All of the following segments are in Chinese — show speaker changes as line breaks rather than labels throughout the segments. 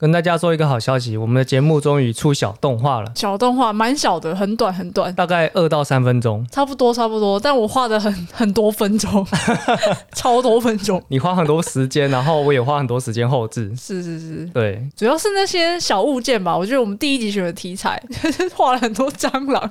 跟大家说一个好消息，我们的节目终于出小动画了，
小动画蛮小的，很短很短，
大概二到三分钟。
差不多差不多。但我画的很很多分钟， 超多分钟。
你花很多时间，然后我也花很多时间后置。
是是是，
对，
主要是那些小物件吧。我觉得我们第一集选的题材 就是画了很多蟑螂，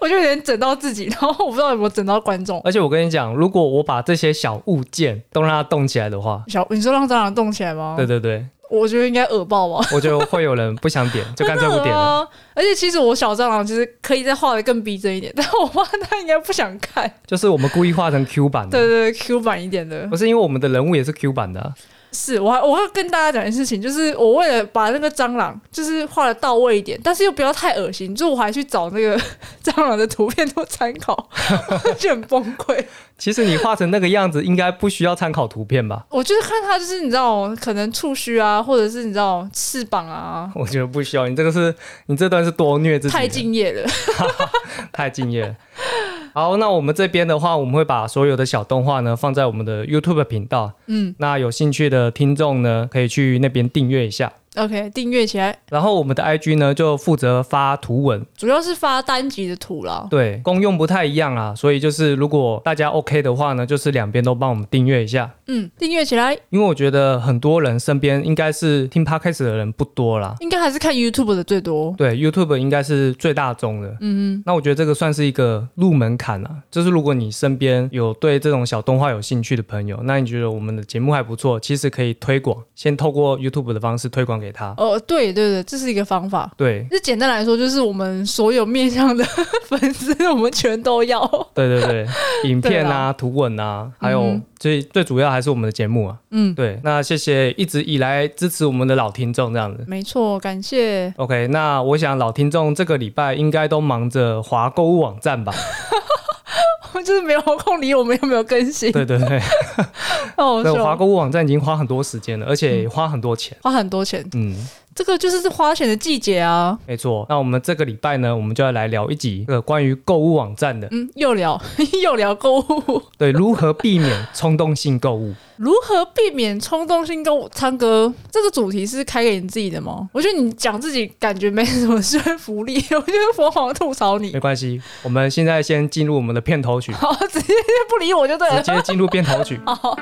我就有点整到自己，然后我不知道有没有整到观众。
而且我跟你讲，如果我把这些小物件都让它动起来的话，
小，你说让蟑螂动起来吗？
对对对，
我觉得应该恶爆吧。
我觉得会有人不想点，就干脆不
对
点了。
啊，而且其实我小蟑螂其实可以再画的更逼真一点， 但我妈她应该不想看。
就是我们故意画成 Q 版
对
的，
对对，Q 版一点的
不。是因为我们的人物也是 Q 版的啊、
是我还我要跟大家讲一件事情，就是我为了把那个蟑螂就是画的到位一点，但是又不要太恶心，就我还去找那个蟑螂的图片做参考，我就很崩溃。
其实你画成那个样子，应该不需要参考图片吧？
我就是看它，就是你知道，可能触须啊，或者是你知道翅膀啊，
我觉得不需要，你这个是你这段是多虐自己的，
太敬业了。
太敬业了。好，那我们这边的话，我们会把所有的小动画呢放在我们的 YouTube 频道。
嗯
那有兴趣的听众呢，可以去那边订阅一下。
，OK，订阅起来，
然后我们的 IG 呢，就负责发图文，
主要是发单集的图啦。
对，功用不太一样啊，所以就是如果大家 OK 的话呢，就是两边都帮我们订阅一下，
嗯，订阅起来，
因为我觉得很多人身边应该是听 Podcast 的人不多啦，
应该还是看 YouTube 的最多。
对，YouTube 应该是最大众的。
嗯
那我觉得这个算是一个入门槛啊，就是如果你身边有对这种小动画有兴趣的朋友，那你觉得我们的节目还不错，其实可以推广，先透过 YouTube 的方式推广给他。
呃，对对对，这是一个方法。
对，
就简单来说，就是我们所有面向的 粉丝，我们全都要。
对对 对，影片
对
啊、
啦
图文啊，还有
嗯
最、最主要还是我们的节目啊。
嗯，
对，那谢谢一直以来支持我们的老听众这样子。
没错，感谢。
OK，那我想老听众这个礼拜应该都忙着划购物网 站吧？
就是没有空理我们有没有更新，
对对对，
哦，
对，划
花
购物网站已经花很多时间了，而且也花很多钱。
花很多钱，
嗯，
这个就是花钱的季节啊。
没错。那我们这个礼拜呢，我们就要来聊一集呃关于购物网 站的，
嗯，又聊又聊购物，
对，如何避免冲动性购物。
如何避免冲动性购物？昌哥，这个主题是开给你自己的吗？我觉得你讲自己感觉没什么说服力， 我就是疯狂吐槽你
没，关系，我们现在先进入我们的片头曲，
好，直接就不理我就对
直
了。
接进入片头曲。
好，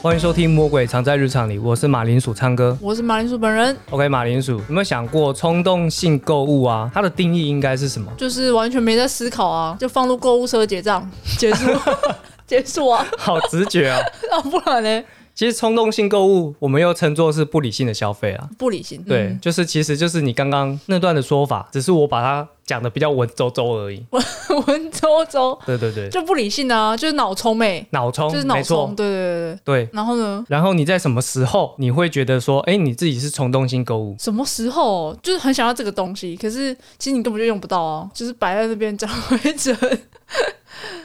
欢迎收听《魔鬼藏在日常里》，我是马铃薯唱歌。
我是马铃薯本人，
OK，马铃薯，有没有想过冲动性购物啊？它的定义应该是什么？
就是完全没在思考啊，就放入购物车结账，结束， 结束啊，
好直觉啊！
要不然呢？
其实冲动性购物，我们又称作是不理性的消费啊。
不理性。
对，
嗯
就是其实就是你刚刚那段的说法，只是我把它讲的比较文绉绉而已。
文绉绉
对对对，
就不理性啊，就是脑充呗，
脑充，
就是
没
脑
错
充，，对对对对。
对。
然后呢，
然后你在什么时候你会觉得说，哎，你自己是冲动性购物？
什么时候就是很想要这个东西，可是其实你根本就用不到啊，就是摆在那边长灰尘。？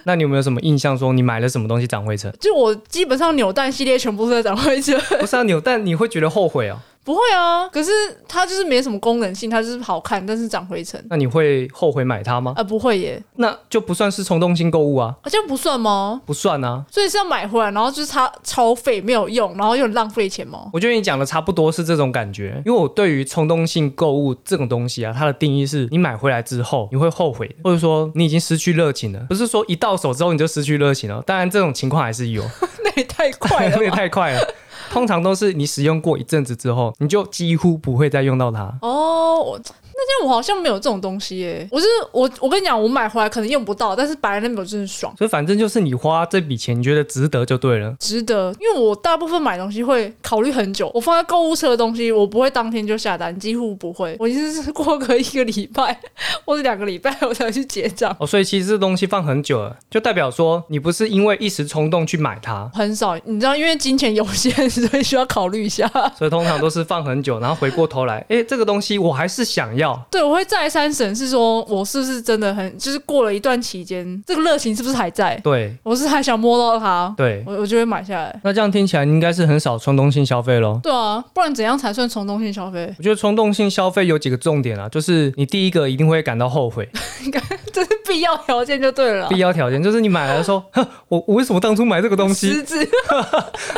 那你有没有什么印象说你买了什么东西长灰尘
就我基本上扭蛋系列全部都在长灰尘，
不是啊，扭蛋你会觉得后悔哦。
不会啊，可是它就是没什么功能性，它就是好看，但是长灰尘
那你会后悔买它吗？
啊，不会耶，
那就不算是冲动性购物啊，
啊这样不算吗？
不算啊。
所以是要买回来，然后就是它超费没有用，然后又很浪费钱吗？
我觉得你讲的差不多是这种感觉，因为我对于冲动性购物这种东西啊，它的定义是你买回来之后你会后悔的，或者说你已经失去热情了，不是说一到手之后你就失去热情了。当然这种情况还是有，
那也太 快
那
了
也
吧！
太快了。通常都是你使用过一阵子之后，你就几乎不会再用到它。
哦，我那件我好像没有这种东西耶。我是我，我跟你讲，我买回来可能用不到，但是摆在那边我真的爽，
所以反正就是你花这笔钱，你觉得值得就对了。
值得。因为我大部分买东西会考虑很久，我放在购物车的东西，我不会当天就下单，几乎不会。我一定是过个一个礼拜 或者两个礼拜我才去结账，
哦，所以其实这东西放很久了，就代表说你不是因为一时冲动去买它，
很少。你知道，因为金钱有限， 所以需要考虑一下。
所以通常都是放很久，然后回过头来，诶，这个东西我还是想要。
对，我会再三审视，说我是不是真的很，就是过了一段期间，这个热情是不是还在？
对
我是还想摸到它，
对，
我我就会买下来。
那这样听起来应该是很少冲动性消费喽。
对啊，不然怎样才算冲动性消费？
我觉得冲动性消费有几个重点啊，就是你第一个一定会感到后悔，
这是必要条件就对了
必。要条件就是你买来的时候， 哼，我我为什么当初买这个东
狮
西？
子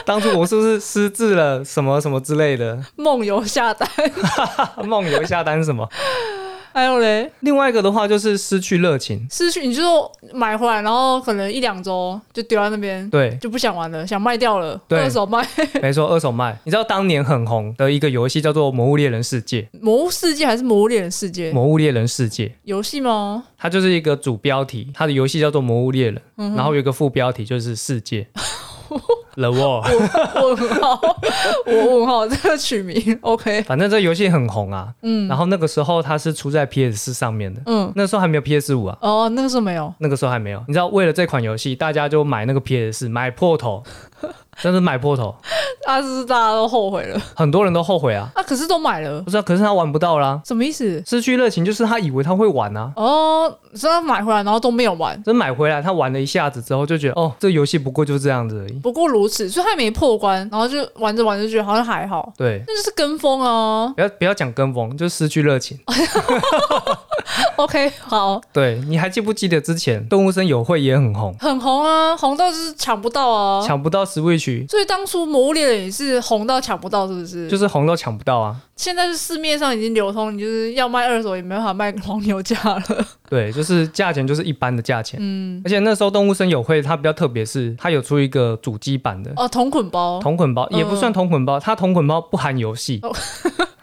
当初我是不是失智了什么什么之类的？
梦游下 单，
梦游下单什么？
还有哎嘞，
另外一个的话就是失去热情，
失去你就说买回来，然后可能一两周就丢在那边，
对，
就不想玩了，想卖掉了，
对
二手卖。
没错，二手卖。你知道当年很红的一个游戏叫做《魔物猎人世界》，
魔物世界还是魔物猎人世
《
界
魔物猎人世界》
游戏吗？
它就是一个主标题，它的游戏叫做《魔物猎人》，然后有一个副标题就是“世界 ”，The World。
我问号，我问号这个取名 OK，
反正这游戏很红啊，
嗯
然后那个时候它是出在 PS 四上面的，
嗯，
那时候还没有 PS 五啊。
哦，那个时候没有，
那个时候还没有，你知道，为了这款游戏，大家就买那个 PS，买破头， 真是买破头，
啊，是不是大家都后悔了
很多人都后悔啊。
啊，可是都买了，
不是、啊，可是他玩不到啦，
什么意思？
失去热情就是他以为他会玩啊，
哦，是他买回来然后都没有玩，
真买回来他玩了一下子之后就觉得，哦，这游戏不过就这样子而已。
不过如此，所以他也没破关，然后就玩着玩着觉得好像还好，
对，
那就是跟风啊。
不要不要讲跟风，就失去热情。
OK，好，
对，你还记不记得之前动物森友会也很红，
很红啊，红到就是抢不到啊。
抢不到 Switch
所以当初《魔物猎人》也是红到抢不到，是不是？
就是红都抢不到啊。
现在是市面上已经流通，你就是要卖二手也没办法卖黄牛价 了。
对，就是价钱就是一般的价钱。嗯，而且那时候动物森友会它比较特别是，它有出一个主机版的。
哦，同捆包，
同捆包也不算同捆包，它同捆包不含游戏，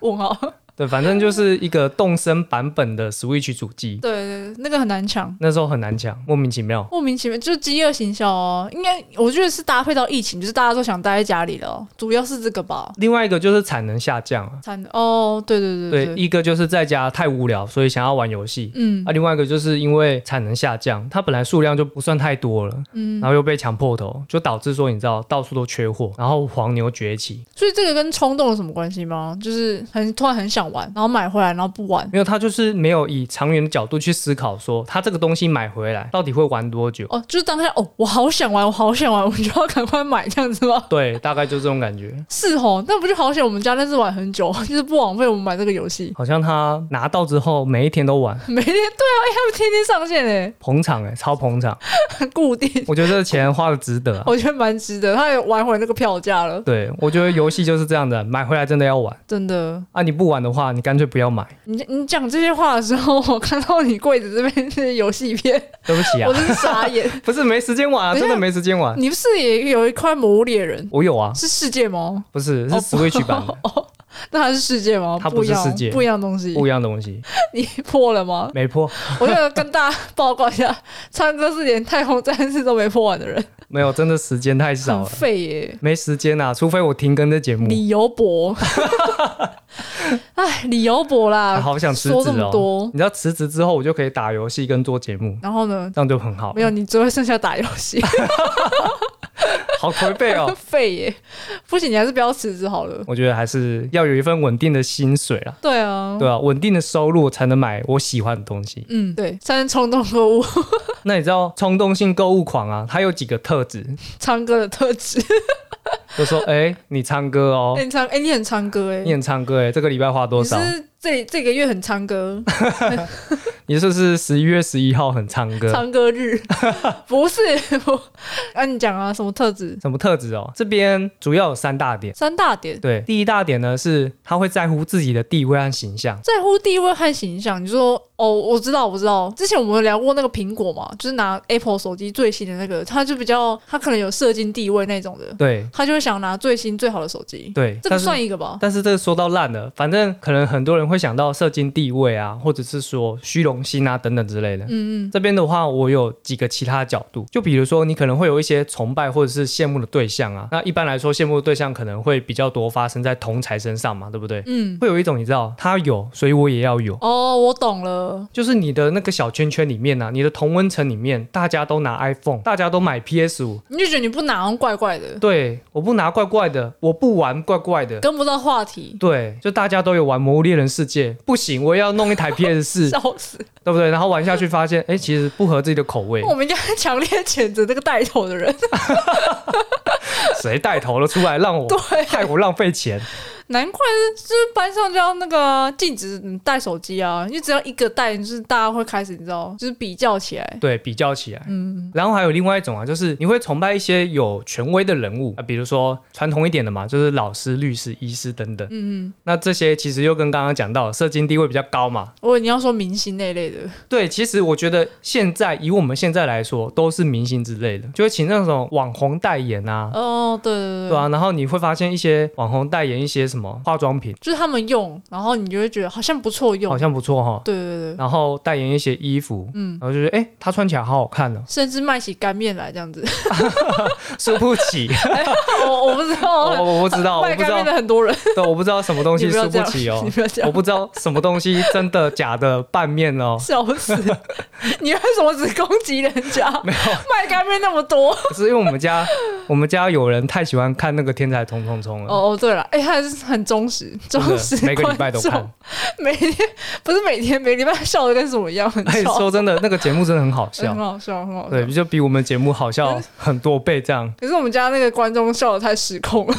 问号，
对，反正就是一个动身版本的 Switch 主机，
对对，对那个很难抢。
那时候很难抢，莫名其妙。
莫名其妙，就是饥饿行销哦，应该我觉得是搭配到疫情，就是大家都想待在家里了哦，主要是这个吧。
另外一个就是产能下降啊，
惨哦，对对对
对，一个就是在家太无聊，所以想要玩游戏。
嗯
啊，另外一个就是因为产能下降，它本来数量就不算太多了，嗯，然后又被抢破头，就导致说你知道到处都缺货，然后黄牛崛起，
所以这个跟冲动有什么关系吗？就是很突然很想玩，然后买回来，然后不玩。
因为它就是没有以长远的角度去思考说，它这个东西买回来到底会玩多久，
哦，就是当下哦，我好想玩，我好想玩，我 就要赶快买这样子吗？
对，大概就这种感觉。
是哦，那不就好想我们家那次玩很久， 就是不枉费我们买这个游戏，
好像他拿到之后，每一天都玩，
每天对啊，哎、他们天天上线哎，
捧场哎、超捧场。
很 固定，
我觉得这个钱花的值得、啊。
我觉得蛮值得。他也玩回那个票价了，
对，我觉得游戏就是这样的，买回来真的要玩
真的。
啊！你不玩的话，你干脆不要买。
你你讲这些话的时候， 我看到你柜子这边是游戏片，
对不起啊
我，真是傻眼。
不是没时间玩啊，
等一下
真的没时间玩。
你不是也有一块《魔物猎人
我有啊》，
是世界吗？
不是是
哦
Switch 版的，
那它是世界吗？
它不是
一样
世界
不一样的东西。
不一样的东西，
你破 了吗？
没破，
我就跟大家报告一下，唱歌是连太空战士都没破完的人，
没有，真的时间太少
很
了，
废耶。
没时间啊，除非我停更这节目。
李 由博，哎，李由博啦，
啊好想辞职
说这么
哦！
多
你，知道辞职之后，我就可以打游戏跟做节目，
然后呢？
这样就很好
没，有，你只会剩下打游戏，。
好颓废哦
废耶！不行，你还是不要辞职好了。
我觉得还是要有一份稳定的薪水啊。
对啊，
对啊，稳定的收入才能买我喜欢的东西。
嗯，对，才能冲动购物，
那你知道冲动性购物狂啊，它有几个特质？
唱歌的特质。
就说，哎、你唱歌哦
哎，，你唱，哎，你很唱歌哎，
你很唱歌哎，这个礼拜花多
你
少？
是这这个月很唱歌，
你是不是十一月十一号很唱歌？
唱歌日 不是？我啊，你讲啊，什么特质？
什么特质哦？这边主要有三大点。
三大点。
对，第一大点呢是他会在乎自己的地位和形象。
在乎地位和形象。你说哦，我知道，我知道。之前我们有聊过那个苹果嘛，就是拿 Apple 手机最新的那个，它就比较，它可能有社经地位那种的，
对
他就会想拿最新最好的手机。
对，
这个
但是
算一个吧？
但是这个说到烂了，反正可能很多人会想到社经地位啊，或者是说虚荣心啊等等之类的。
嗯嗯，
这边的话，我有几个其他角度，就比如说你可能会有一些崇拜或者是羡慕的对象啊。那一般来说，羡慕的对象可能会比较多发生在同才身上嘛，对不对？
嗯
会有一种你知道，他有，所以我也要有。
哦，我懂了。
就是你的那个小圈圈里面呢、啊，你的同温层里面，大家都拿 iPhone，大家都买 PS 五，
你就觉得你不拿，好像怪怪的，
对，我不拿怪怪的，我不玩怪怪的，
跟不到话题。
对，就大家都有玩《魔物猎人世世界，不行，我也要弄一台 PS 四，
笑死！
对不对？然后玩下去发现，哎、其实不合自己的口味
我，们应该强烈谴责这个带头的人，
谁带头了出来让我
对
害我浪费钱？
难怪是就是班上就要那个啊禁止你带手机啊，因为只要一个带，就是大家会开始你知道，就是比较起来。
对，比较起来，嗯，然后还有另外一种啊，就是你会崇拜一些有权威的人物啊，比如说传统一点的嘛，就是老师、律师、医师等等，嗯嗯，那这些其实又跟刚刚讲到的社经地位比较高嘛，
我以为哦你要说明星那一类的，
对，其实我觉得现在以我们现在来说，都是明星之类的，就会请那种网红代言啊，
哦，对对对
对啊，然后你会发现一些网红代言一些什么化妆品，
就是他们用，然后你就会觉得好像不错用
好，像不错哈、
对对对，，
然后代言一些衣服，嗯，然后就是哎、诶他穿起来好好看哦
甚至卖起干面来这样子，
输不起，
我我不知道，
哦我我不知道，我
卖
不知
干
道
面的，很多人，
对，我不知道什么东
你
西
不
输
要这
不
样，
起哦
你，不要这
我
样，，
不知道什么东西真的假的拌面哦
笑 死！你为什么只攻击人家？
没有，
卖干面那么多？
可是因为我们家我们家有人太喜欢看那个《天才冲冲冲》了。
哦哦，对了，哎、他还是很忠实，忠
嗯真的
实
每个礼拜都
观
看
众，，每天不是每天，每礼拜笑的跟什么一样，很
哎，
笑，
说真的，那个节目真的很好笑
很，好笑，嗯很好笑
对，。就比我们节目好笑很多倍这样。
可是我们家那个观众笑的太失控了，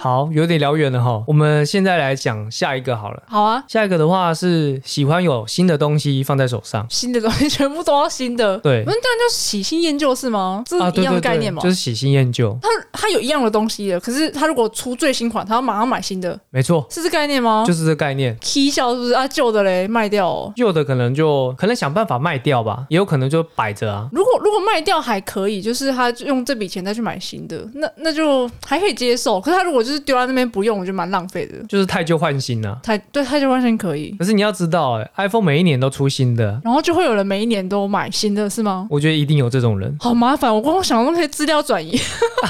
好，有点聊远了哈，我们现在来讲下一个好了。
好啊，
下一个的话是喜欢有新的东西放在手上，
新的东西全部都要新的，
对
不是这样就喜新厌旧是吗？这
啊，
嗯是一
对
样的
对
概念
对，
吗？
就是喜新厌旧，
他他有一样的东西的，可是他如果出最新款，他要马上买新的，
没错，
是这概念吗？
就是这概念。
踢笑是不是啊？旧的嘞卖掉哦。
旧的可能就可能想办法卖掉吧，也有可能就摆着啊。
如果如果卖掉还可以，就是他就用这笔钱再去买新的，那那就还可以接受。可是他如果就是丢在那边不用，我觉得蛮浪费的。
就是太旧换新了、
太对，他就完全可以。
可是你要知道、欸，哎，iPhone 每一年都出新的，
然后就会有人每一年都买新的，是吗？。
我觉得一定有这种人
好麻烦，我光想用那些资料 转移，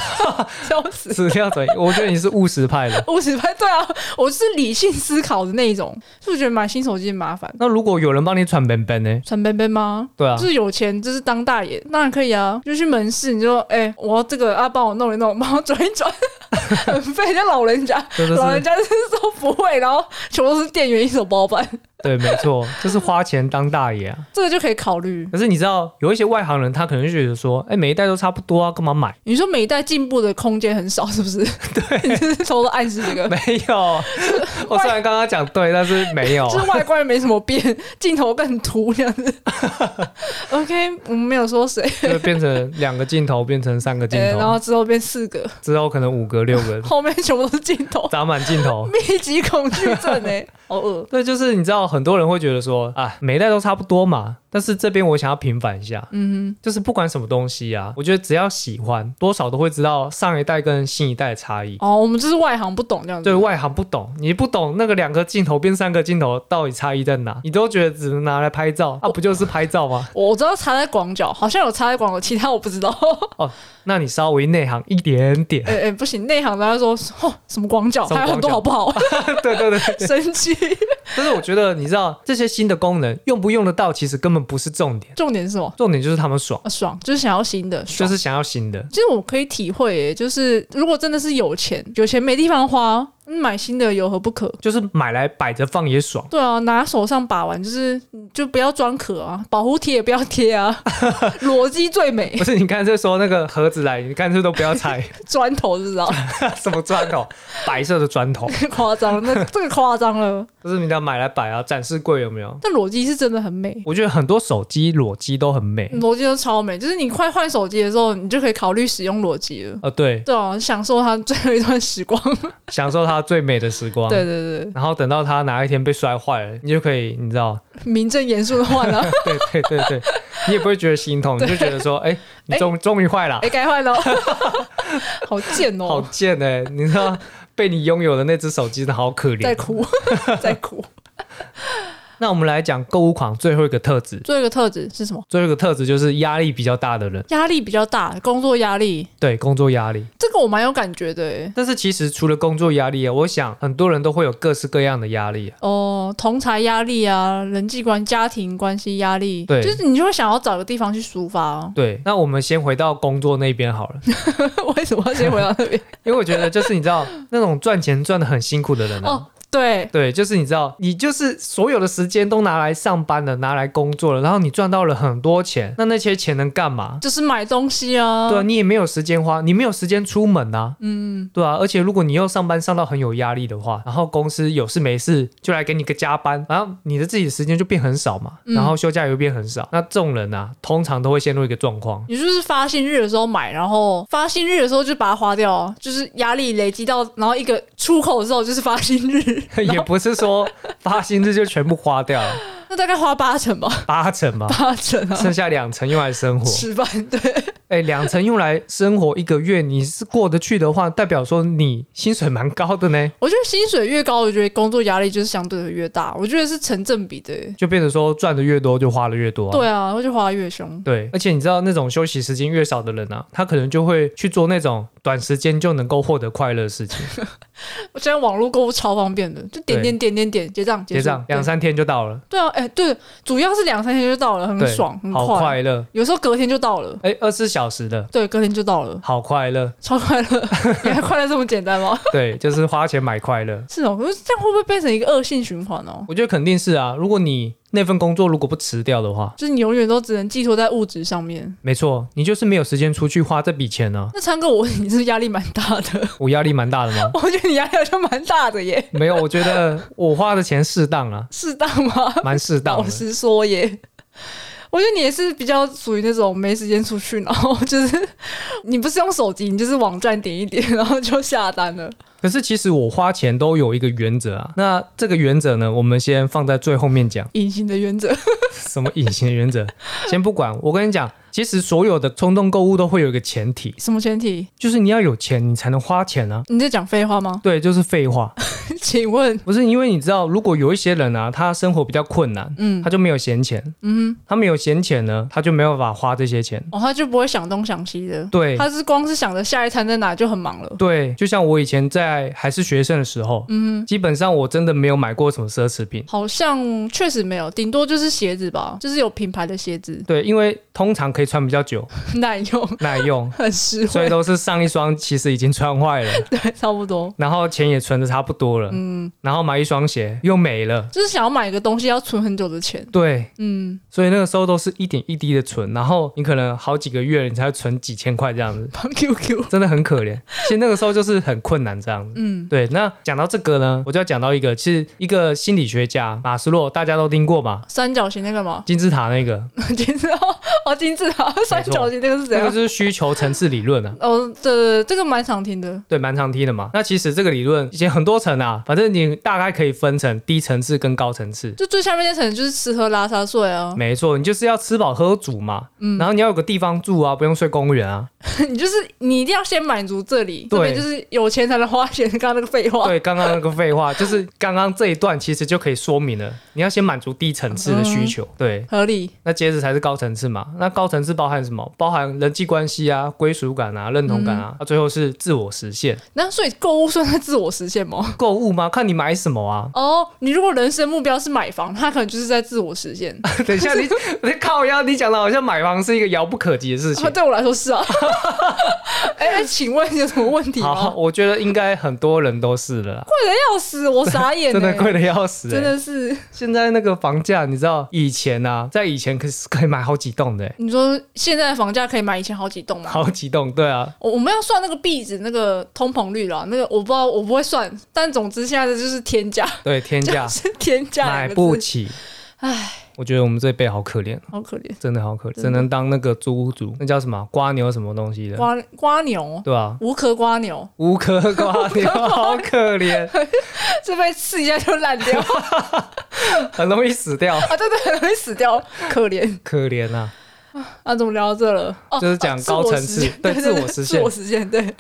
笑死。
资料转移， 我觉得你是务实派的。
我只拍对啊，我是理性思考的那一种，是不是觉得买新手机很麻烦？
那如果有人帮你传本本呢？
传边边吗？
对啊
就，是有钱，就是当大爷，当然可以啊。就去门市，你就说，哎、我要这个啊，帮我弄一弄，帮我转一转， 很费。人家老人家，
真的
老人
是
家就是说不会，然后全部都是店员一手包办，
对，没错，就是花钱当大爷啊。
这个就可以考虑。
可是你知道，有一些外行人，他可能就觉得说，哎、每一代都差不多啊，干嘛买？
你说每一代进步的空间很少，是不是？对， 你就是偷偷暗示 这个。
没有，我虽然刚刚讲对，但是没有。啊
就是外观没什么变，镜头更凸这样子。OK，我们没有说谁，
就变成两个镜头变成三个镜
呃然
头，
后之后变四个，
之后可能五个六 个
后面全部都是镜 头，
砸满镜头。
密集恐惧症哎、 好恶。
对，就是你知道，很多人会觉得说，啊，每一代都差不多嘛。但是这边我想要平反一下，嗯哼，就是不管什么东西啊，我觉得只要喜欢，多少都会知道上一代跟新一代的差异。
哦，我们就是外行不懂这样子。
对外行不懂，你不懂那个两个镜头变三个镜头到底差异在哪，你都觉得只能拿来拍照，啊，不就是拍照吗？
我知道插在广角，好像有插在广角，其他我不 知道。
那你稍微内行一点点
哎、， 哎、不行，内行的他说 哦什么广角，
什么
还有很多好
广
不 好？
对对对。
生 气。
但是我觉得你知道这些新的功能用不用得到，其实根本不是重点，
重点是什么？
重点就是他们爽，
啊、爽，就是想要新的，
就
爽。
是想要新的。
其实我可以体会、欸，就是如果真的是有钱，有钱没地方花，嗯买新的有何不可？
就是买来摆着放也 爽，
对啊，拿手上把玩，就是就不要装壳啊，保护贴也不要 贴啊，裸机最美
不，是你干脆说那个盒子来，你干脆都不要拆，
砖头知道，
什么砖头，白色的砖头，
夸张，那这个夸张了。
就是你要买来摆啊，展示柜有没有？
但裸机是真的很美，
我觉得很多手机裸机都很美，
裸机都超美，就是你快换手机的时候，你就可以考虑使用裸机了。
呃，对，
对啊，享受它最后一段时 光。
享受它最美的时光。
对对对，
然后等到它哪一天被摔坏了，你就可以，你知道，
名正言顺的换了，
对对对对，你也不会觉得心痛，你就觉得说，哎，你终终于坏了
哎、，该换 了，好贱
好
哦！
贱哎，你知道。被你拥有的那只手机真的好可
在
怜。
哭， 在哭。
那我们来讲购物狂最后一个特质，
最后一个特质是什么？
最后一个特质就是压力比较大的人。
压力比较大，工作压力，
对工作压力。
这个我蛮有感觉的欸诶。
但是其实除了工作压力啊，我想很多人都会有各式各样的压力啊。
哦，同才压力啊，人际关、家庭关系压力，
对
就是你就会想要找个地方去抒发、啊
对，那我们先回到工作那边好了，
为什么要先回到那边？
因为我觉得就是你知道那种赚钱赚的很辛苦的人啊，
哦，对，
对，就是你知道，你就是所有的时间都拿来上班了，拿来工作了，然后你赚到了很多钱，那那些钱能干嘛？
就是买东西啊，
对啊，你也没有时间花，你没有时间出门啊，
嗯，
对啊，而且如果你又上班上到很有压力的话，然后公司有事没事就来给你个加班，然后你的自己的时间就变很少嘛，
嗯
然后休假也会变很少。那这种人啊，通常都会陷入一个状况，
你就是发薪日的时候买，然后发薪日的时候就把它花掉啊，就是压力累积到，然后一个出口之后就是发薪日，
也不是说发薪资就全部花掉了，
那大概花八成吧，
八成嘛，
八成啊，
剩下两成用来生活。
吃饭对，
哎，两成用来生活一个月，你是过得去的话，代表说你薪水蛮高的呢，
我觉得薪水越高，我觉得工作压力就是相对的越大，我觉得是成正比的、
就变成说赚的越多就花的越多、啊。
对啊，我就花越凶。
对，而且你知道那种休息时间越少的人啊，他可能就会去做那种短时间就能够获得快乐的事情，
我现在网络购物超方便的，就点点点点点结账
结
束
账两三天就到了，
对对啊，哎、对，主要是两三天就到了，很
对，
爽，很
好快乐，
有时候隔天就到了，
哎，二十四小时的。
对，隔天就到了，
好快乐，
超快 乐。你还快乐这么简单吗？
对， 就是花钱买快乐。
是哦，可是这样会不会变成一个恶性循环哦？
我觉得肯定是啊，如果你那份工作如果不辞掉的话，
就是你永远都只能寄托在物质上面。
没错，你就是没有时间出去花这笔钱呢、
那昌哥，我问你是不是压力蛮大的，
我压力蛮大的吗？
我觉得你压力好像蛮大的耶，
没有，我觉得我花的钱适当啊，
适当吗？
蛮适当
老
的。
实说耶。我觉得你也是比较属于那种没时间出去，然后 就是你不是用手机，你就是网站点 一点，然后就下单了。
可是其实我花钱都有一个原则啊，那这个原则呢，我们先放在最后面讲。
隐形的原则，
什么隐形的原则， 先不管。我跟你讲，其实所有的冲动购物都会有一个前提，
什么前提？
就是你要有钱，你才能花钱啊。
你在讲废话吗？
对，就是废话，
请问，
不是因为你知道，如果有一些人啊，他生活比较困难，
嗯
他就没有闲钱，
嗯
他没有闲钱呢，他就没有办法花这些钱
哼，。哦，他就不会想东想西的，
对
他是光是想着下一餐在哪就很忙了。
对，就像我以前在还是学生的时候，
嗯
基本上我真的没有买过什么奢侈品
哼，。好像确实没有，顶多就是鞋子吧，就是有品牌的鞋子，
对，因为通常可以穿比较久，
耐用，
耐
，
用
很实
所以
惠，
都是上一双其实已经穿坏了，
对，差不多。
然后钱也存的差不多了，
嗯，
然后买一双鞋又没了。
就是想要买一个东西要存很久的钱。
对，
嗯，
所以那个时候都是一点一滴的存，然后你可能好几个月你才会存几千块这样子，
帮 QQ。
真的很可怜。其实那个时候就是很困难这样子。
嗯，
对，那讲到这个呢，我就要讲到一个，其实一个心理学家马斯洛，大家都听过吧？
三角形那个吗？
金字塔那个，
金字塔，哦，金字塔，三角形那个是怎
那个
样？
就是需求层次理论啊。
哦，对对对，这个蛮常听的。
对，蛮常听的嘛。那其实这个理论以前很多层啊，反正你大概可以分成低层次跟高层次。
就最下面那层就是吃喝拉撒睡啊，
没错，你就是要吃饱喝足嘛，然后你要有个地方住啊，不用睡公园啊。
你就是你一定要先满足这里，这
对
边就是有钱才能花钱。刚刚那个废话，
对，刚刚那个废话，就是刚刚这一段其实就可以说明了，你要先满足低层次的需求，对，
合理。
那接着才是高层次嘛。那高层次包含什么？包含人际关系啊、归属感啊、认同感啊，那、最后是自我实现。
那所以购物算在自我实现吗？
购物吗？看你买什么啊。
哦，你如果人生目标是买房，他可能就是在自我实现。
等一下你， 你靠腰，你讲的好像买房是一个遥不可及的事情
啊，。对我来说是 啊。哎、哎请问有什么问题
好，
吗？
我觉得应该很多人都是了啦，
要死，我傻眼、欸，
真的贵的要死、
真
欸。
的是。
现在那个房价，你知道以前啊，在以前可是可以买好几栋 的欸、
你说现在的房价可以买以前好几栋吗？
好几栋，对啊，
我我们要算那个币值那个通膨率啦，那个我不知道，我不会算，但总之现在的就是天价，
对，天价
就。是天 价，
买不，起。唉，我觉得我们这一辈好可怜，
好可怜。
真的好可怜，
真的
只能当那个租屋族，那叫什么瓜牛什么东西的，
瓜瓜牛，
对吧、
无壳瓜牛，
无壳瓜牛好可怜，
这被刺一下就 烂掉啊！
很容易死掉，
真的很容易死掉，可怜
可怜啊！
啊！怎么聊到这了？哦，
就是讲
啊自
高
我
层
实
次
现
对
对
自
对
我实
自
现
我实现，对，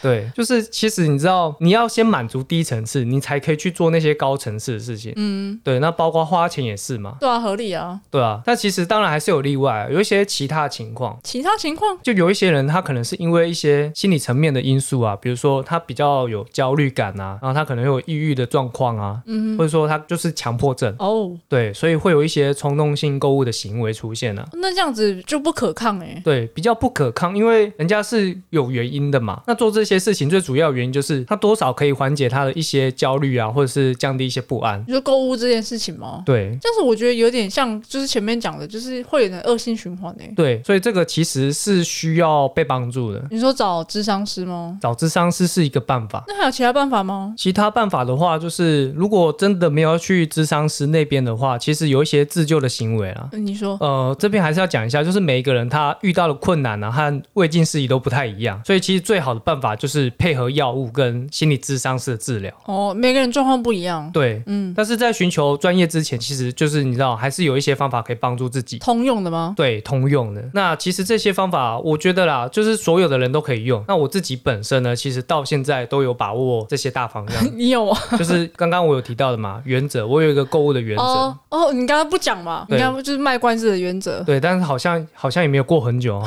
对，就是其实你知道，你要先满足低层次，你才可以去做那些高层次的事情。
嗯，
对，那包括花钱也是嘛，
对啊，合理啊。
对啊。但其实当然还是有例外，啊有一些其他情况，
其他情况，
就有一些人，他可能是因为一些心理层面的因素啊，比如说他比较有焦虑感啊，然后他可能有抑郁的状况啊，
嗯
或者说他就是强迫症，
哦，
对，所以会有一些冲动性购物的行为出现啊。
那这样子就不不可抗哎、
对，比较不可抗，因为人家是有原因的嘛。那做这些事情最主要原因就是他多少可以缓解他的一些焦虑啊，或者是降低一些不安。
你说购物这件事情吗？
对
但是我觉得有点像，就是前面讲的，就是会有点恶性循环哎、
对，所以这个其实是需要被帮助的。
你说找智商师吗？
找智商师是一个办法。
那还有其他办法吗？
其他办法的话，就是如果真的没有要去智商师那边的话，其实有一些自救的行为啊。
嗯你说
呃，这边还是要讲一下，就是每一个人他遇到的困难啊和未尽事宜都不太一样，所以其实最好的办法就是配合药物跟心理智商师的治疗。
哦，每个人状况不一样，
对，
嗯，
但是在寻求专业之前，其实就是你知道，还是有一些方法可以帮助自己。
通用的吗？，
对，通用的。那其实这些方法，我觉得啦，就是所有的人都可以用。那我自己本身呢，其实到现在都有把握这些大方向
你有啊？
就是刚刚我有提到的嘛，原则，我有一个购物的原则。
哦哦，你刚刚不讲嘛？你
对
刚刚就是卖关子的原则，
对，但是好像好像也没有过很久、哦。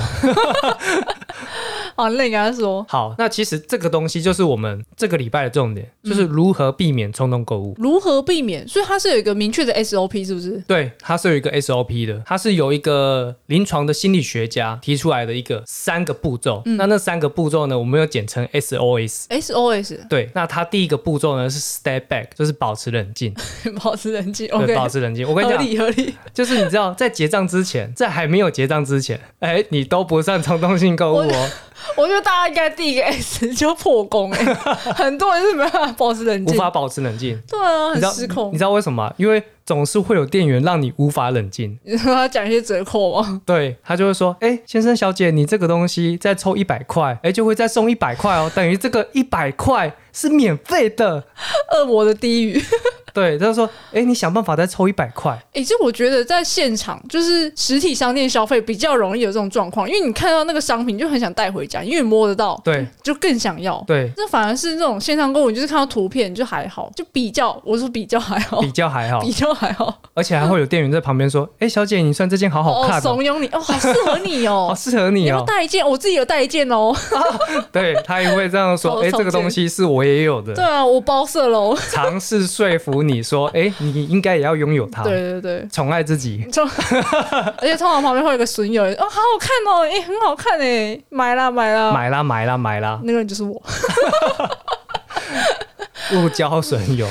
好，那你跟他说
好，那其实这个东西就是我们这个礼拜的重点，
嗯
就是如何避免冲动购物。
如何避免，所以它是有一个明确的 SOP，是不是？
对，它是有一个 SOP 的，它是由一个临床的心理学家提出来的一个三个步骤。
嗯
那那三个步骤呢，我们又简称 SOS。
SOS，
对，那它第一个步骤呢是 step back，就是保持冷静。
保持冷静
对，
，OK，
保持冷静。我跟你
合
讲，
理合理。
就是你知道，在结账之前，在还没有结账之前，哎，你都不算冲动性购物哦。
我觉得大家应该第一个 S 就破 功哎、很多人是没办法保持冷
无
静，
法保持冷静。
对啊，
你知道
很失控
你。知道为什么吗？因为总是会有店员让你无法冷静。
你说他讲一些折扣吗？
对他就会说：“哎、先生小姐，你这个东西再抽一百块，哎、就会再送一百块哦，等于这个一百块是免费的。
恶魔的低语。”
对，他就说：“哎、你想办法再抽一百块。
哎、这我觉得在现场就是实体商店消费比较容易有这种状况，因为你看到那个商品就很想带回家，因为你摸得到，
对
就更想要”。
对，
这反而是那种线上购物，你就是看到图片就还好，就比较，我说比较还好，
比较还好
比，较还好，
而且还会有店员在旁边说：“哎、小姐，你穿这件好好看
哦，
哦，
怂恿你哦，好适合 你
好
哦，
适合
你
你
要不要
哦。
带一件？我自己有带一件哦，”
对他也会这样说：“
好
哎、这
常见
个东西是我也有
对
的。
啊，我包色喽，”
尝试说服你说：“哎、你应该也要拥有它，
对对对。
宠爱自己。
就而且通常旁边会有一个损友，哦，好好看哦，哎、很好看哎，买啦买啦，
买啦买啦买啦，
那个人就是我。
物交损友。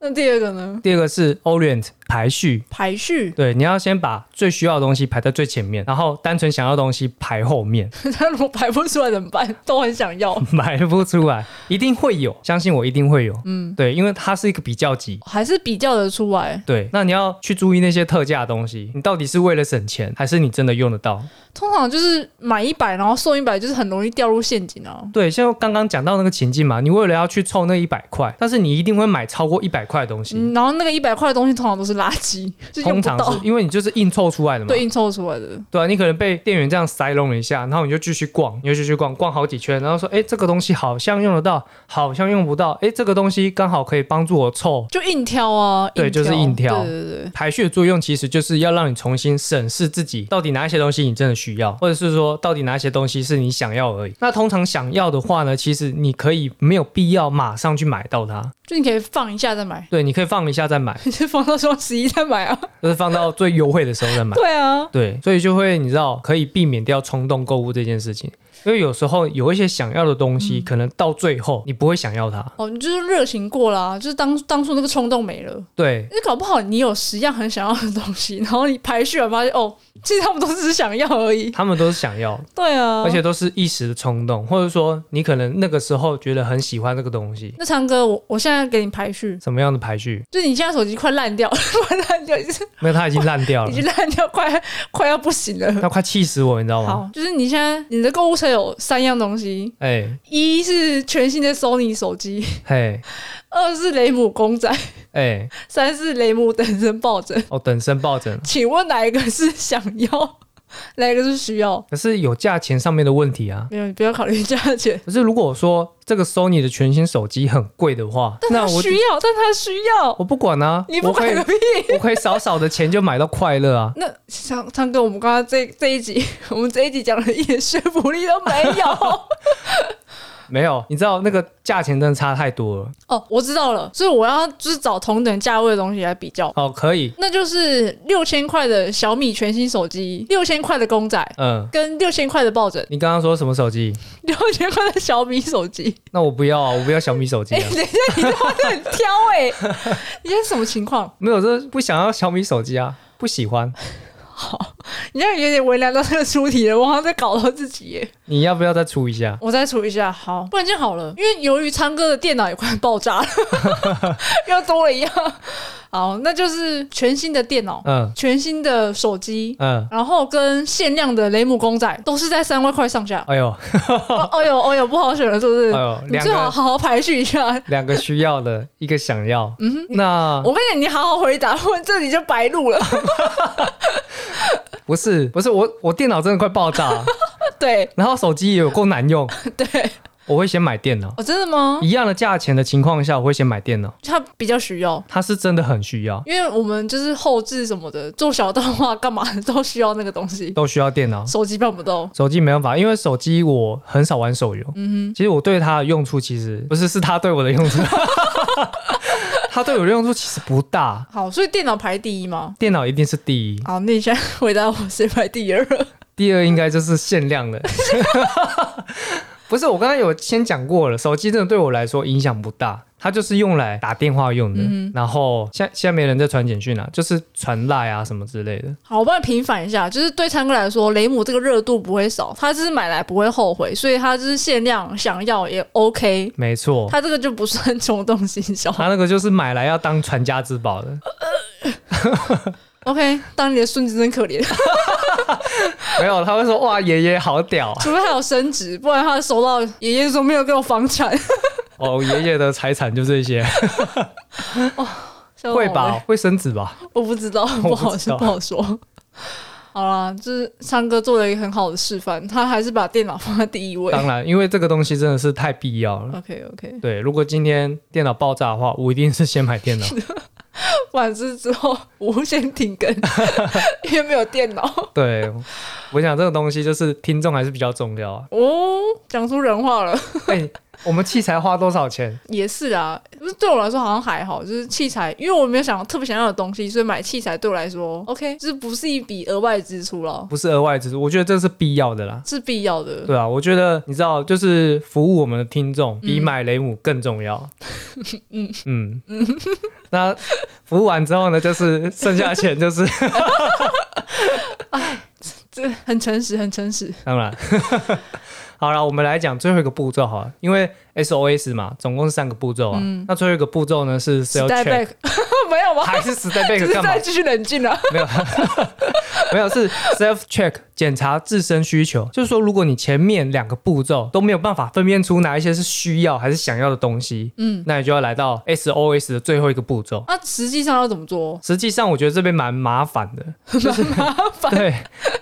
那第二个呢？
第二个是 orient 排序，
排序，
对，你要先把最需要的东西排在最前面，然后单纯想要的东西排后面，
他如果排不出来怎么办？都很想要，
买不出来，一定会有，相信我，一定会有。嗯，对，因为它是一个比较级。
还是比较得出来。
对，那你要去注意那些特价的东西，你到底是为了省钱，还是你真的用得到？
通常就是买一百，然后送一百，就是很容易掉入陷阱啊。
对，像刚刚讲到那个情境嘛，你为了要去凑那一百块，但是你一定会买超过一百块的东西，
嗯，然后那个一百块的东西通常都是垃 圾，就用
通
不
常
到
是，因为你就是硬凑出来的嘛。
对，硬凑出来的。
对啊，你可能被店员这样塞弄了一下，然后你就继续逛，你就继续逛，逛好几圈，然后说，哎，这个东西好像用得到，好像用不到，哎，这个东西刚好可以帮助我凑。
就硬挑啊，
对就是硬挑
对对对，
排序的作用其实就是要让你重新审视自己，到底哪一些东西你真的需要，或者是说到底哪一些东西是你想要而已。那通常想要的话呢，其实你可以没有必要马上去买到它，
就你可以放一下再买，
对，你可以放一下再买，
你就放到双十一再买啊。
就是放到最优惠的时候再买。
对啊，
对，所以就会你知道可以避免掉冲动购物这件事情，因为有时候有一些想要的东西，可能到最后你不会想要它。
哦，你就是热情过啦、就是当当初那个冲动没了。
对
因为搞不好你有十样很想要的东西，然 后你排序完发现，哦，其实他们都只是想要而已。
他们都是想要，
对啊，
而且都是一时的冲动，或者说你可能那个时候觉得很喜欢这个东西，
那昌哥，我我现在给你排序，
什么样的排序？
就是你现在手机快烂掉了， 快烂掉，就是
没有，它已经烂掉
已
了，
经烂掉，快快要不行了。
它快气死我，你知道吗？
好，就是你现在你的购物车有三样东西，
哎
一是全新的 Sony 手机，
嘿
二是雷姆公仔，
哎，
三是雷姆等身抱枕。
哦，等身抱枕，
请问哪一个是想要， 哪一个是需要？
可是有价钱上面的问题啊。
没有，你不要考虑价钱。
可是如果说这个 Sony 的全新手机很贵的话，
但
那
他
我
需要，但他需要，
我不管啊，
你不
我可
买
以
个屁！
我可以少少的钱就买到快乐啊！
那唱唱歌，我们刚 刚这这一集，我们这一集讲的一点说服力都没有。
没有，你知道那个价钱真的差太多了。
哦，我知道了，所以我要就是找同等价位的东西来比较，
哦，可以，
那就是六千块的小米全新手机，六千块的公仔，
嗯，
跟六千块的抱枕，
你刚刚说什么手机？
六千块的小米手机。
那我不要啊，我不要小米手机
哎、
啊。
等一下，你这话很挑 哎、你现在什么情况？
没有，这不想要小米手机啊，不喜欢。
你让你有点为难到这个出题了，我好像在搞到自己耶、
你要不要再出一下？
我再除一下，好，不然这样好了，因为由于昌哥的电脑也快爆炸了， 又多了一样。好，那就是全新的电脑、
嗯
全新的手机，
嗯，
然后跟限量的雷姆公仔都是在三万块上下。
哎呦
哦，哦呦，哦呦，不好选了，是不是？
哎呦，
你
两
最好
个
好好排序一下。
两个需要的，一个想要。嗯，那
我跟你讲，你好好回答，不然这里就白录了。
不是不是我我电脑真的快爆炸了，
对
然后手机也有够难用，
对，
我会先买电脑。
哦，真的吗？
一样的价钱的情况下，我会先买电脑。
他比较需要。
它是真的很需要，
因为我们就是后置什么的，做小动画干嘛的都需要那个东西，
都需要电脑。
手机办不到。
手机没办法，因为手机我很少玩手游。嗯，其实我对它的用处其实不是，是它对我的用处。 它对我的用处其实不大，
好，所以电脑排第一吗？
电脑一定是第一，
好，那你先回答我谁排第二？
第二应该就是限量的。 不是，我刚才有先讲过了，手机真的对我来说影响不大，它就是用来打电话用的。然后现在现在没人在传简讯啊，就是传赖啊什么之类的。
好，我帮你平反一下，就是对昌哥来说，雷姆这个热度不会少，他就是买来不会后悔，所以他就是限量想要也 OK，
没错，
他这个就不算冲动行销。
他那个就是买来要当传家之宝的，
OK，当你的孙子真可怜，
没有，他会说哇爷爷好屌
除非他有升值，不然他收到爷爷说没有给我房 产，
哦，爷爷的财产就这些，哦
笑
会
到我
吧，会生子吧？
我不知 道，不好
知道
说，不好说。 好啦，就是昌哥做了一个很好的示范，他还是把电脑放在第一位。
当然，因为这个东西真的是太必要 了。
OK OK，
对，如果今天电脑爆炸的话，我一 定是先买电脑。
晚之之后无限停更， 因为没有电脑
对，我想这个东西就是听众还是比较重 要啊。
哦。讲出人话了，
哎、我们器材花多少钱？
也是啊。就是对我来说好像还好，就是器材，因为我没有想特别想要的东西，所以买器材对我来说 OK，就是不是一笔额外支出了，
不是额外支出，我觉得这是必要的啦。
是必要的。
对啊，我觉得你知道，就是服务我们的听众比买雷姆更重要。 嗯嗯那服务完之后呢，就是剩下的钱就是
这很诚实，很诚实。
当然。 好了，我们来讲最后一个步骤好了，因为 SOS 嘛，总共是三个步骤啊。
嗯
那最后一个步骤呢是 self
Step
check，
back，没 有 吗？
还是 step
就
back
是
干嘛
再？继续冷静 啊。
没有，没有是 self check 检查自身需求，就是说，如果你前面两个步骤都没有办法分辨出哪一些是需要还是想要的东西，嗯，那你就要来到 SOS 的最后一个步骤。
那、啊实际上要怎么 做？
实际上，我觉得这边蛮麻烦的，就是对，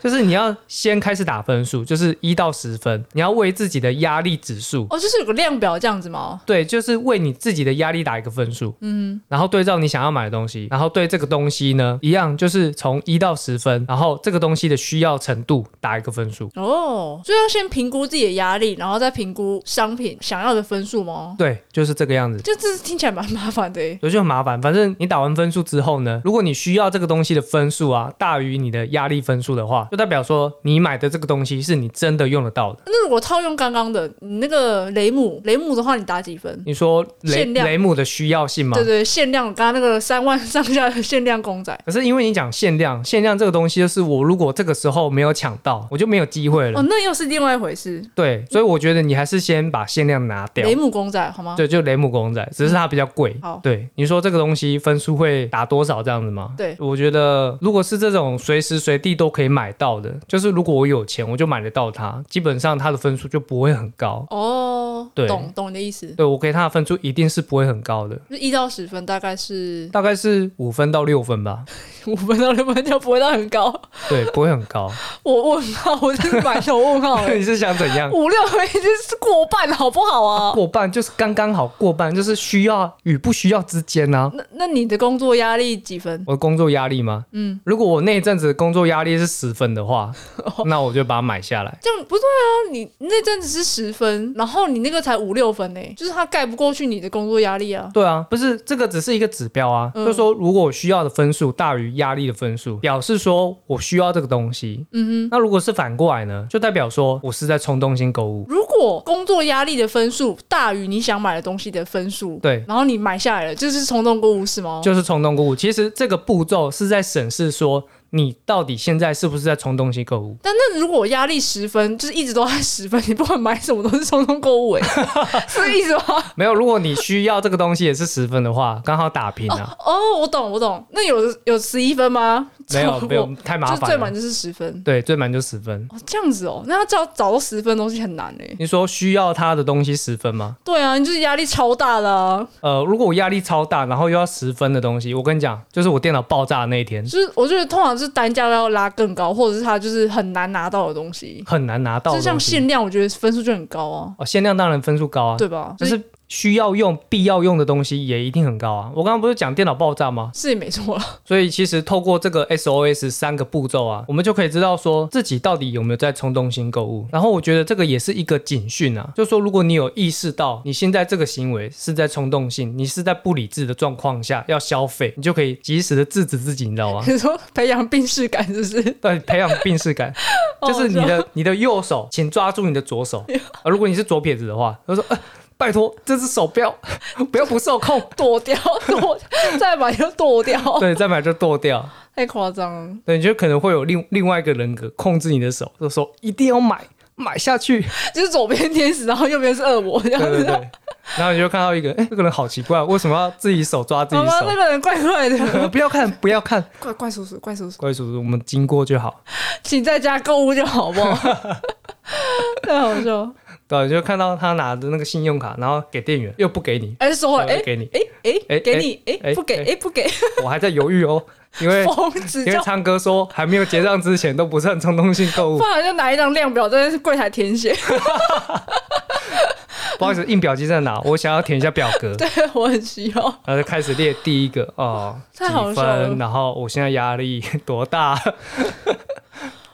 就是你要先开始打分数，就是一到十分，你要为自己的压力指数，
哦，就是有个量表这样子吗？
对，就是为你自己的压力打一个分数，嗯，然后对照你想要买的东西，然后对这个东西呢，一样就是从一到十分，然后这个东西的需要程度打一个分数，
哦，所以要先评估自己的压力，然后再评估商品想要的分数吗？
对，就是这个样子。
就这听起来蛮麻烦的欸耶。
所以就很麻烦，反正你打完分数之后呢，如果你需要这个东西的分数啊大于你的压力分数的话，就代表说你买的这个东西是你真的用得到的。
那如果套用刚刚的，你那个雷姆雷姆的话，你打几分？
你说雷
限量
雷姆的需要性吗？
对对，限量，刚刚那个三万上下的限量公仔。
可是因为你讲限量，限量这个东西就是我如果这个时候没有抢到，我就没有机会了。
哦，那又是另外一回事。
对，所以我觉得你还是先把限量拿掉
雷。姆公仔好吗？
对，就雷姆公仔，只是它比较贵。
好
对，你说这个东西分数会打多少这样子吗？
对
我觉得如果是这种随时随地都可以买到的，就是如果我有钱，我就买得到它，基本上它的分数就不会很高。
哦，
对
懂懂你的意思。
对我给它的分数一定是不会很高的，
就一到十分大概是
大概 是五分到六分吧。
五分到六分，就不会到很高。
对，不会很高。
我问号，我真是满头问号
你是想怎样？
五六个已经是过半，好不好啊？
过半就是刚刚好，过半就是需要与不需要之间啊。
那那你的工作压力几分？
我的工作压力吗？
嗯，
如果我那一阵子工作压力是十分的 话，
哦
那我就把它买下来。
这样不对啊！你那阵子是十分，然后你那个才五六分呢、就是他盖不过去你的工作压力啊。
对啊，不是这个只是一个指标啊，
嗯
就是说如果我需要的分数大于压力的分数，表示说我需要这个东西。
嗯哼，
那如果是反过来呢，就代表说我是在冲动性购物。
如果工作压力的分数大于你想买的东西的分数，
对，
然后你买下来了，这是冲动购物是吗？
就是冲动购物。其实这个步骤是在审视说你到底现在是不是在冲动性购物。
但那如果压力十分，就是一直都在十分，你不管买什么都是冲动购物、 欸，哎，是这意思吗？
没有，如果你需要这个东西也是十分的话，刚好打平啊。
哦，我懂，我懂。那有有十一分吗？
没有
超过
没有，，太麻
就最
烦
满
了。
就是十分。
对，最满就十分。
哦，这样子哦，那要找找到十分的东西很难哎、
你说需要它的东西十分吗？
对啊，你就是压力超大的、啊，
呃，如果我压力超大，然后又要十分的东西，我跟你讲，就是我电脑爆炸的那一天
就是我觉得通常是单价要拉更高，或者是它就是很难拿到的东西。
很难拿到
就
的
像
东西。
限量，我觉得分数就很高啊，
哦，限量当然分数高啊，
对吧？
但
就是
是需要用、必要用的东西也一定很高啊。我刚刚不是讲电脑爆炸吗？
是也没错了。
所以其实透过这个 SOS 三个步骤啊，我们就可以知道说自己到底有没有在冲动性购物。然后我觉得这个也是一个警讯啊，就说如果你有意识到你现在这个行为是在冲动性，你是在不理智的状况下要消费，你就可以及时的制止自己，你知 道吗？
你说培养病视感是不 是？
对，培养病视感，就是你的你的右手，请抓住你的左手。啊，如果你是左撇子的话，他说、呃拜托，这只手不要 不要不受控，
剁掉，剁，再买就剁掉，
对，再买就剁掉。
太夸张了。
对，你就可能会有另另外一个人格控制你的手，就说一定要买买下去。
就是左边天使，然后右边是恶魔这
对
样
对
子。
对，然后你就看到一个，哎、这个人好奇怪，为什么要自己手抓自己
妈妈，那
手？
个人怪 怪的，
呃不要看，不要看，
怪怪叔叔，怪叔叔，
乖叔叔，我们经过就好。
请在家购物就好，好 不好？太好笑了，
对，你就看到他拿着那个信用卡，然后给店员，又不给你，
哎，说回来，
又
哎
给你，
哎哎，
哎
给你，
哎
哎，不给，
哎
哎不给，
我还在犹豫哦，因 为
疯子
因为
叫，
昌哥说还没有结账之前都不是很冲动性购物
不，然就拿一张量表在柜台填写。
不好意思，印表机在 哪？我想要填一下表格，
对我很需要，
然后就开始列第一个哦，几
太好笑了
分，然后我现在压力多大？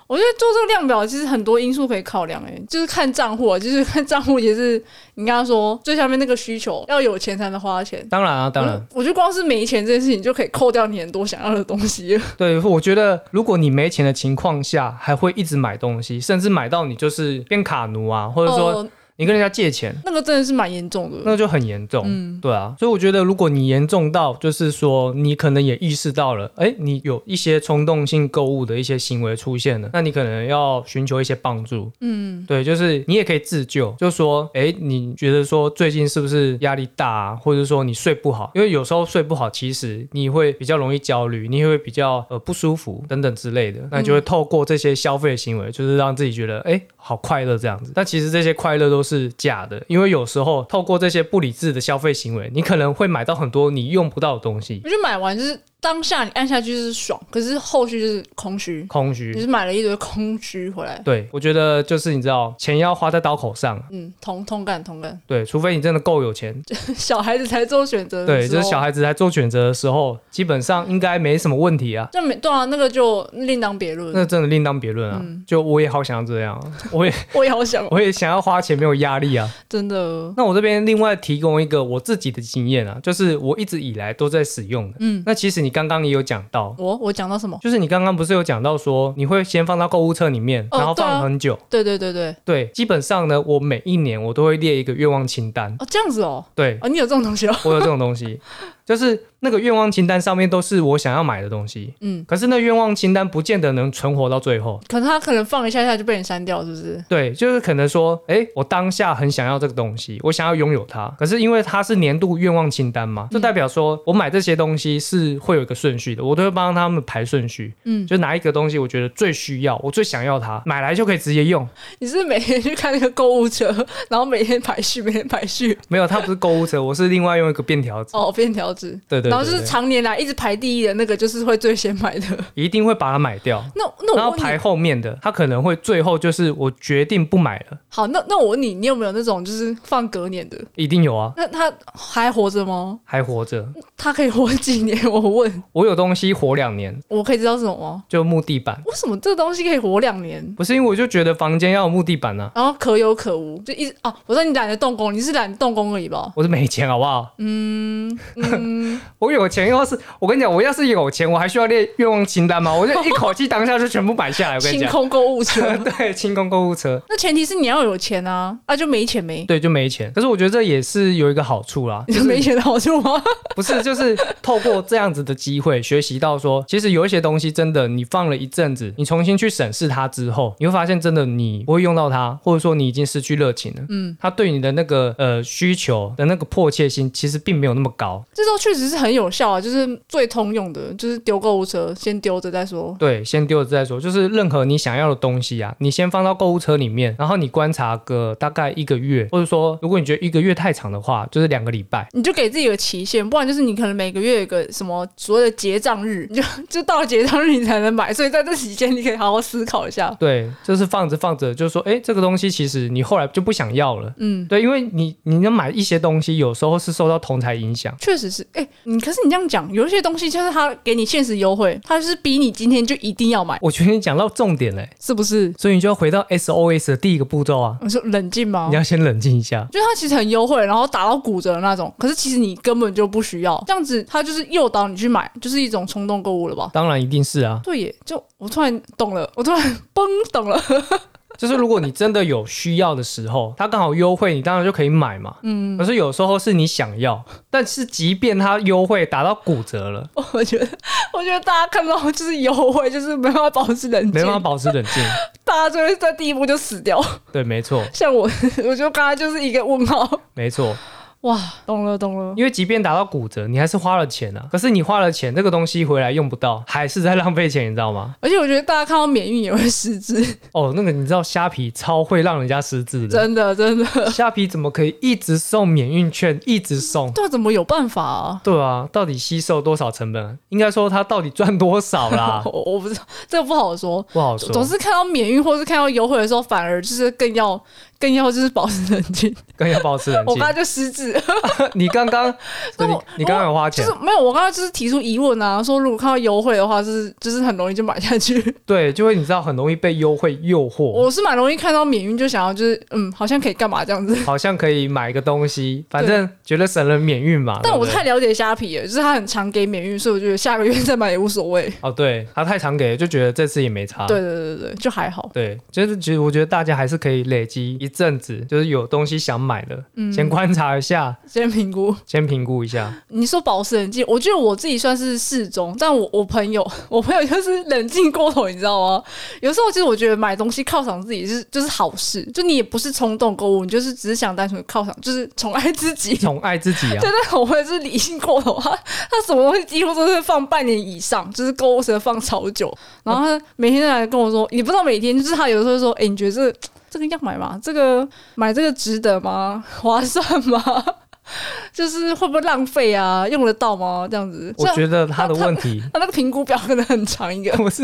我觉得做这个量表其实很多因素可以考量，哎，就是看账户啊，就是看账户也是你刚刚说最下面那个需求，要有钱才能花钱。
当然啊，当然，
我，我觉得光是没钱这件事情就可以扣掉你很多想要的东西了。
对，我觉得如果你没钱的情况下，还会一直买东西，甚至买到你就是变卡奴啊，或者说
哦、
你跟人家借钱，
那个真的是蛮严重的。
那就很严重。
嗯，
对啊，所以我觉得，如果你严重到就是说，你可能也意识到了，哎，你有一些冲动性购物的一些行为出现了，那你可能要寻求一些帮助。
嗯，
对，就是你也可以自救，就说，哎，你觉得说最近是不是压力大、啊，或者说你睡不好？因为有时候睡不好，其实你会比较容易焦虑，你也会比较呃不舒服等等之类的。那你就会透过这些消费行为，就是让自己觉得，哎，好快乐这样子。但其实这些快乐都是假的，因为有时候透过这些不理智的消费行为，你可能会买到很多你用不到的东西，
我觉得买完就是当下你按下去就是爽，可是后续就是空虚，
空
你
虚。
是买了一堆空虚回来。
对，我觉得就是你知道，钱要花在刀口上，
嗯，同同感同感，
对，除非你真的够有钱，
小孩子才做选择的
对，
时
就
候，
是小孩子在做选择的时候，基本上应该没什么问题啊。
这没对啊，那个就另当别论。
那真的另当别论啊！
嗯
就我也好想要这样啊， 我也，
我也好想哦
我也想要花钱没有压力啊。
真的，
那我这边另外提供一个我自己的经验啊，就是我一直以来都在使用的。
嗯，
那其实你刚刚也有讲到，
我我讲到什么？
就是你刚刚不是有讲到说你会先放到购物车里面，
哦
然后
对啊
放很久。
对对对对，
对，基本上呢，我每一年我都会列一个愿望清单。
哦，这样子哦，
对，
哦，你有这种东西哦，
我有这种东西，就是那个愿望清单上面都是我想要买的东西。
嗯，
可是那愿望清单不见得能存活到最后。
可能他可能放一下下就被人删掉，是不是？
对，就是可能说，哎，我当下很想要这个东西，我想要拥有它。可是因为它是年度愿望清单
嗯
嘛，就代表说我买这些东西是会有一个顺序的，我都会帮他们排顺序。
嗯，
就拿一个东西，我觉得最需要，我最想要它，买来就可以直接用。
你是不是每天去看那个购物 车，然后每天排序，每天排序，
没有，它不是购物车，我是另外用一个便条纸。
哦，便条志，
对对对
然后就是
对
常年来一直排第一的那个，就是会最先买的。
一定会把它买掉。
那那
然
我
后
问
排
你，
后面的，他可能会最后就是我决定不买了，
好，那那我问你，你有没有那种就是放隔年的？
一定有啊，
那他还活着吗？
还活着。
他可以活几年？ 我问，
我有东西活两年，
我可以知道是什么吗？
就木地板，
为什么这个东西可以活两年？
不是因为我就觉得房间要有木地板啊，
然后可有可无，就一直哦、我说你懒得动工，你是懒得动工而已吧？
我是没钱好不好？嗯
嗯
我有钱要是我跟你讲，我要是有钱，我还需要列愿望清单吗？我就一口气当下就全部买下来，我跟你
清
讲。
空购物车，
对，清空购物车，
那前提是你要有钱啊，啊就没钱没，
对，就没钱。可是我觉得这也是有一个好处啦，
你就没钱的好处吗？
不是，就是透过这样子的机会，学习到说，其实有一些东西真的，你放了一阵子，你重新去审视它之后，你会发现真的你不会用到它，或者说你已经失去热情了。嗯，它对你的那个呃需求的那个迫切性，其实并没有那么高。
这招确实是很有效啊，就是最通用的，就是丢购物车，先丢着再说。
对，先丢了再说。就是任何你想要的东西啊，你先放到购物车里面，然后你观察个大概一个月，或者说如果你觉得一个月太长的话，就是两个礼拜。
你就给自己有个期限，不然就是你可能每个月有个什么所谓的结账日， 你就就到了结账日你才能买，所以在这期间你可以好好思考一下。
对，就是放着放着，就是说，哎，这个东西其实你后来就不想要了。
嗯，
对，因为你你要买一些东西，有时候是受到同台影响。
确实是，哎、你可是你这样讲，有一些东西就是他给你限时优惠，他就是逼你今天就一定要买，
我觉得你讲到重点嘞，
是不是？
所以你就要回到 SOS 的第一个步骤啊，
我说冷静吗
你？要先冷静一下。
就是它其实很优惠，然后打到骨折的那种，可是其实你根本就不需要，这样子它就是诱导你去买，就是一种冲动购物了吧？
当然一定是啊，
对耶，就我突然懂了，我突然嘣懂了。
就是如果你真的有需要的时候，它刚好优惠，你当然就可以买嘛。嗯。可是有时候是你想要，但是即便它优惠打到骨折了，
我觉得，我觉得大家看到就是优惠，就是没办法保持冷静，
没办法保持冷静。
大家就会在第一步就死掉。
对，没错，
像我， 我就刚刚就是一个问号。
没错，
哇，懂了懂了，
因为即便打到骨折，你还是花了钱啊。可是你花了钱，这个东西回来用不到，还是在浪费钱，你知道吗？
而且我觉得大家看到免运也会失智，
哦，那个你知道虾皮超会让人家失智的，
真的真的，
虾皮怎么可以一直送免运券，一直送？
这怎么有办法啊？
对啊，到底吸收多少成本？啊应该说他到底赚多少 啦？
我我不知道，这个不好说。
不好
总总
说，
是看到免运或是看到优惠的时候，反而就是更要更要就是保持冷静。
更要保持冷
我
静
刚。刚就失智了，
你刚 刚，
那
你
我
你刚刚有花
就
钱
是，没有。我刚刚就是提出疑问啊，说如果看到优惠的话，就是就是很容易就买下去。
对，就会你知道很容易被优惠诱惑，
我是蛮容易看到免运就想要就是嗯，好像可以干嘛这样子。
好像可以买一个东西，反正觉得省了免运嘛。
但
对不
我
对
太了解虾皮了，就是他很常给免运，所以我觉得下个月再买也无所谓。
哦，对他太常给，就觉得这次也没差。
对对对对对，就还好。
对，就是其实我觉得大家还是可以累积一阵子，就是有东西想买的，
嗯
先观察一下，
先评估，
先评估一下。
你说保持冷静，我觉得我自己算是适中，但我我朋友， 我朋友就是冷静过头，你知道吗？有时候其实我觉得买东西犒赏自己是就是好事，就你也不是冲动购物，你就是只是想单纯犒赏，就是宠爱自己。
宠爱自己啊
对，，但我朋友就是理性过头，他他什么东西几乎都是放半年以上，就是购物车放超久，然后他每天都来跟我说，也不知道每天，就是他有时候说，哎、你觉得这个这个要买吗？这个买这个值得吗？划算吗？ 就是会不会浪费啊？用得到吗？这样子，
我
像
觉得他的问题
他那个评估表可能很长一个，
不是，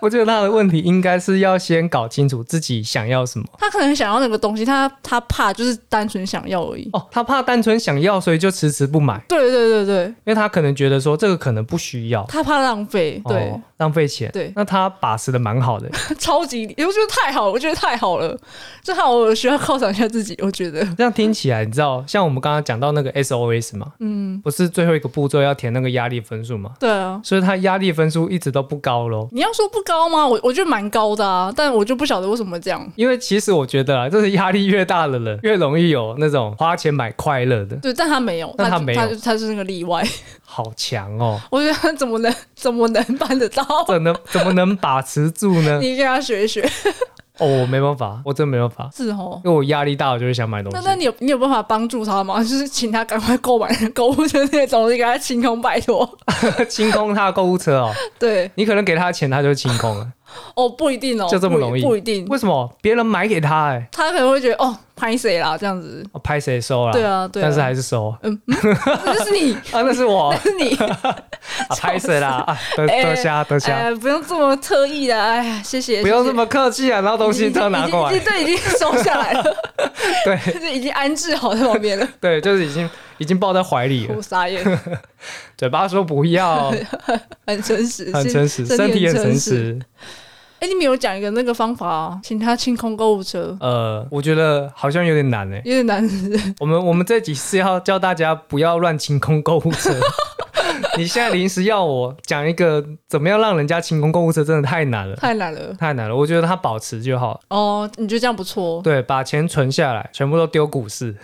我觉得他的问题应该是要先搞清楚自己想要什么。
他可能想要那个东西，他他怕就是单纯想要而已。
哦，他怕单纯想要，所以就迟迟不买，
对对对对，
因为他可能觉得说这个可能不需要，
他怕浪费， 对，
哦、浪费钱。
对
那他把持的蛮好的。
超级，我觉得太好了，我觉得太好了，正好我需要犒赏一下自己，我觉得。
这样听起来，你知道，像我们刚刚讲到那个 SOS 嘛，嗯，不是最后一个步骤要填那个压力分数嘛，
对啊，
所以他压力分数一直都不高咯。
你要说不高吗？我我觉得蛮高的啊，但我就不晓得为什么这样。
因为其实我觉得啊，就是压力越大的人，越容易有那种花钱买快乐的，
对，但他没有，
但他
就
没有
他就他是那个例外。
好强哦！
我觉得他怎么能怎么能办得 到？
怎能怎么能把持住呢？
你跟他学一学，
哦，我没办法，我真没办法，
是哦。
因为我压力大，我就会想买东
那
西
那。你有你有办法帮助他吗？就是请他赶快购买购物车那种，你给他清空，拜托。
清空他的购物车哦，
对，
你可能给他钱，他就清空了。
哦，不一定哦，
就这么容易
不不一定，
为什么别人买给他、欸？
他可能会觉得哦，拍谁啦这样子，
哎，拍谁收了？
对啊，对啊，
但是还是收啊，
这是你，
那是我啊，
这是你，
拍谁啦？啊，得得下得下，
哎，不用这么特意的，哎呀，谢谢，
不用这
谢
么客气啊，然后
谢
东西都拿过
已
来
经，已经对，已经收下来 了，
对
就是已经安置好在旁边 了，
对，就是已经已经抱在怀里了
我，傻眼，
嘴巴说不要，
很诚实，
很诚实，身体很诚。实。
哎，你们有讲一个那个方法啊，请他清空购物车，
呃，我觉得好像有点难 诶、
有点难，
我们我们这几次要教大家不要乱清空购物车。你现在临时要我讲一个怎么样让人家清空购物车，真的太难了，
太难了。
太难了。我觉得他保持就好，
哦，你觉得这样不错，
对，把钱存下来，全部都丢股市，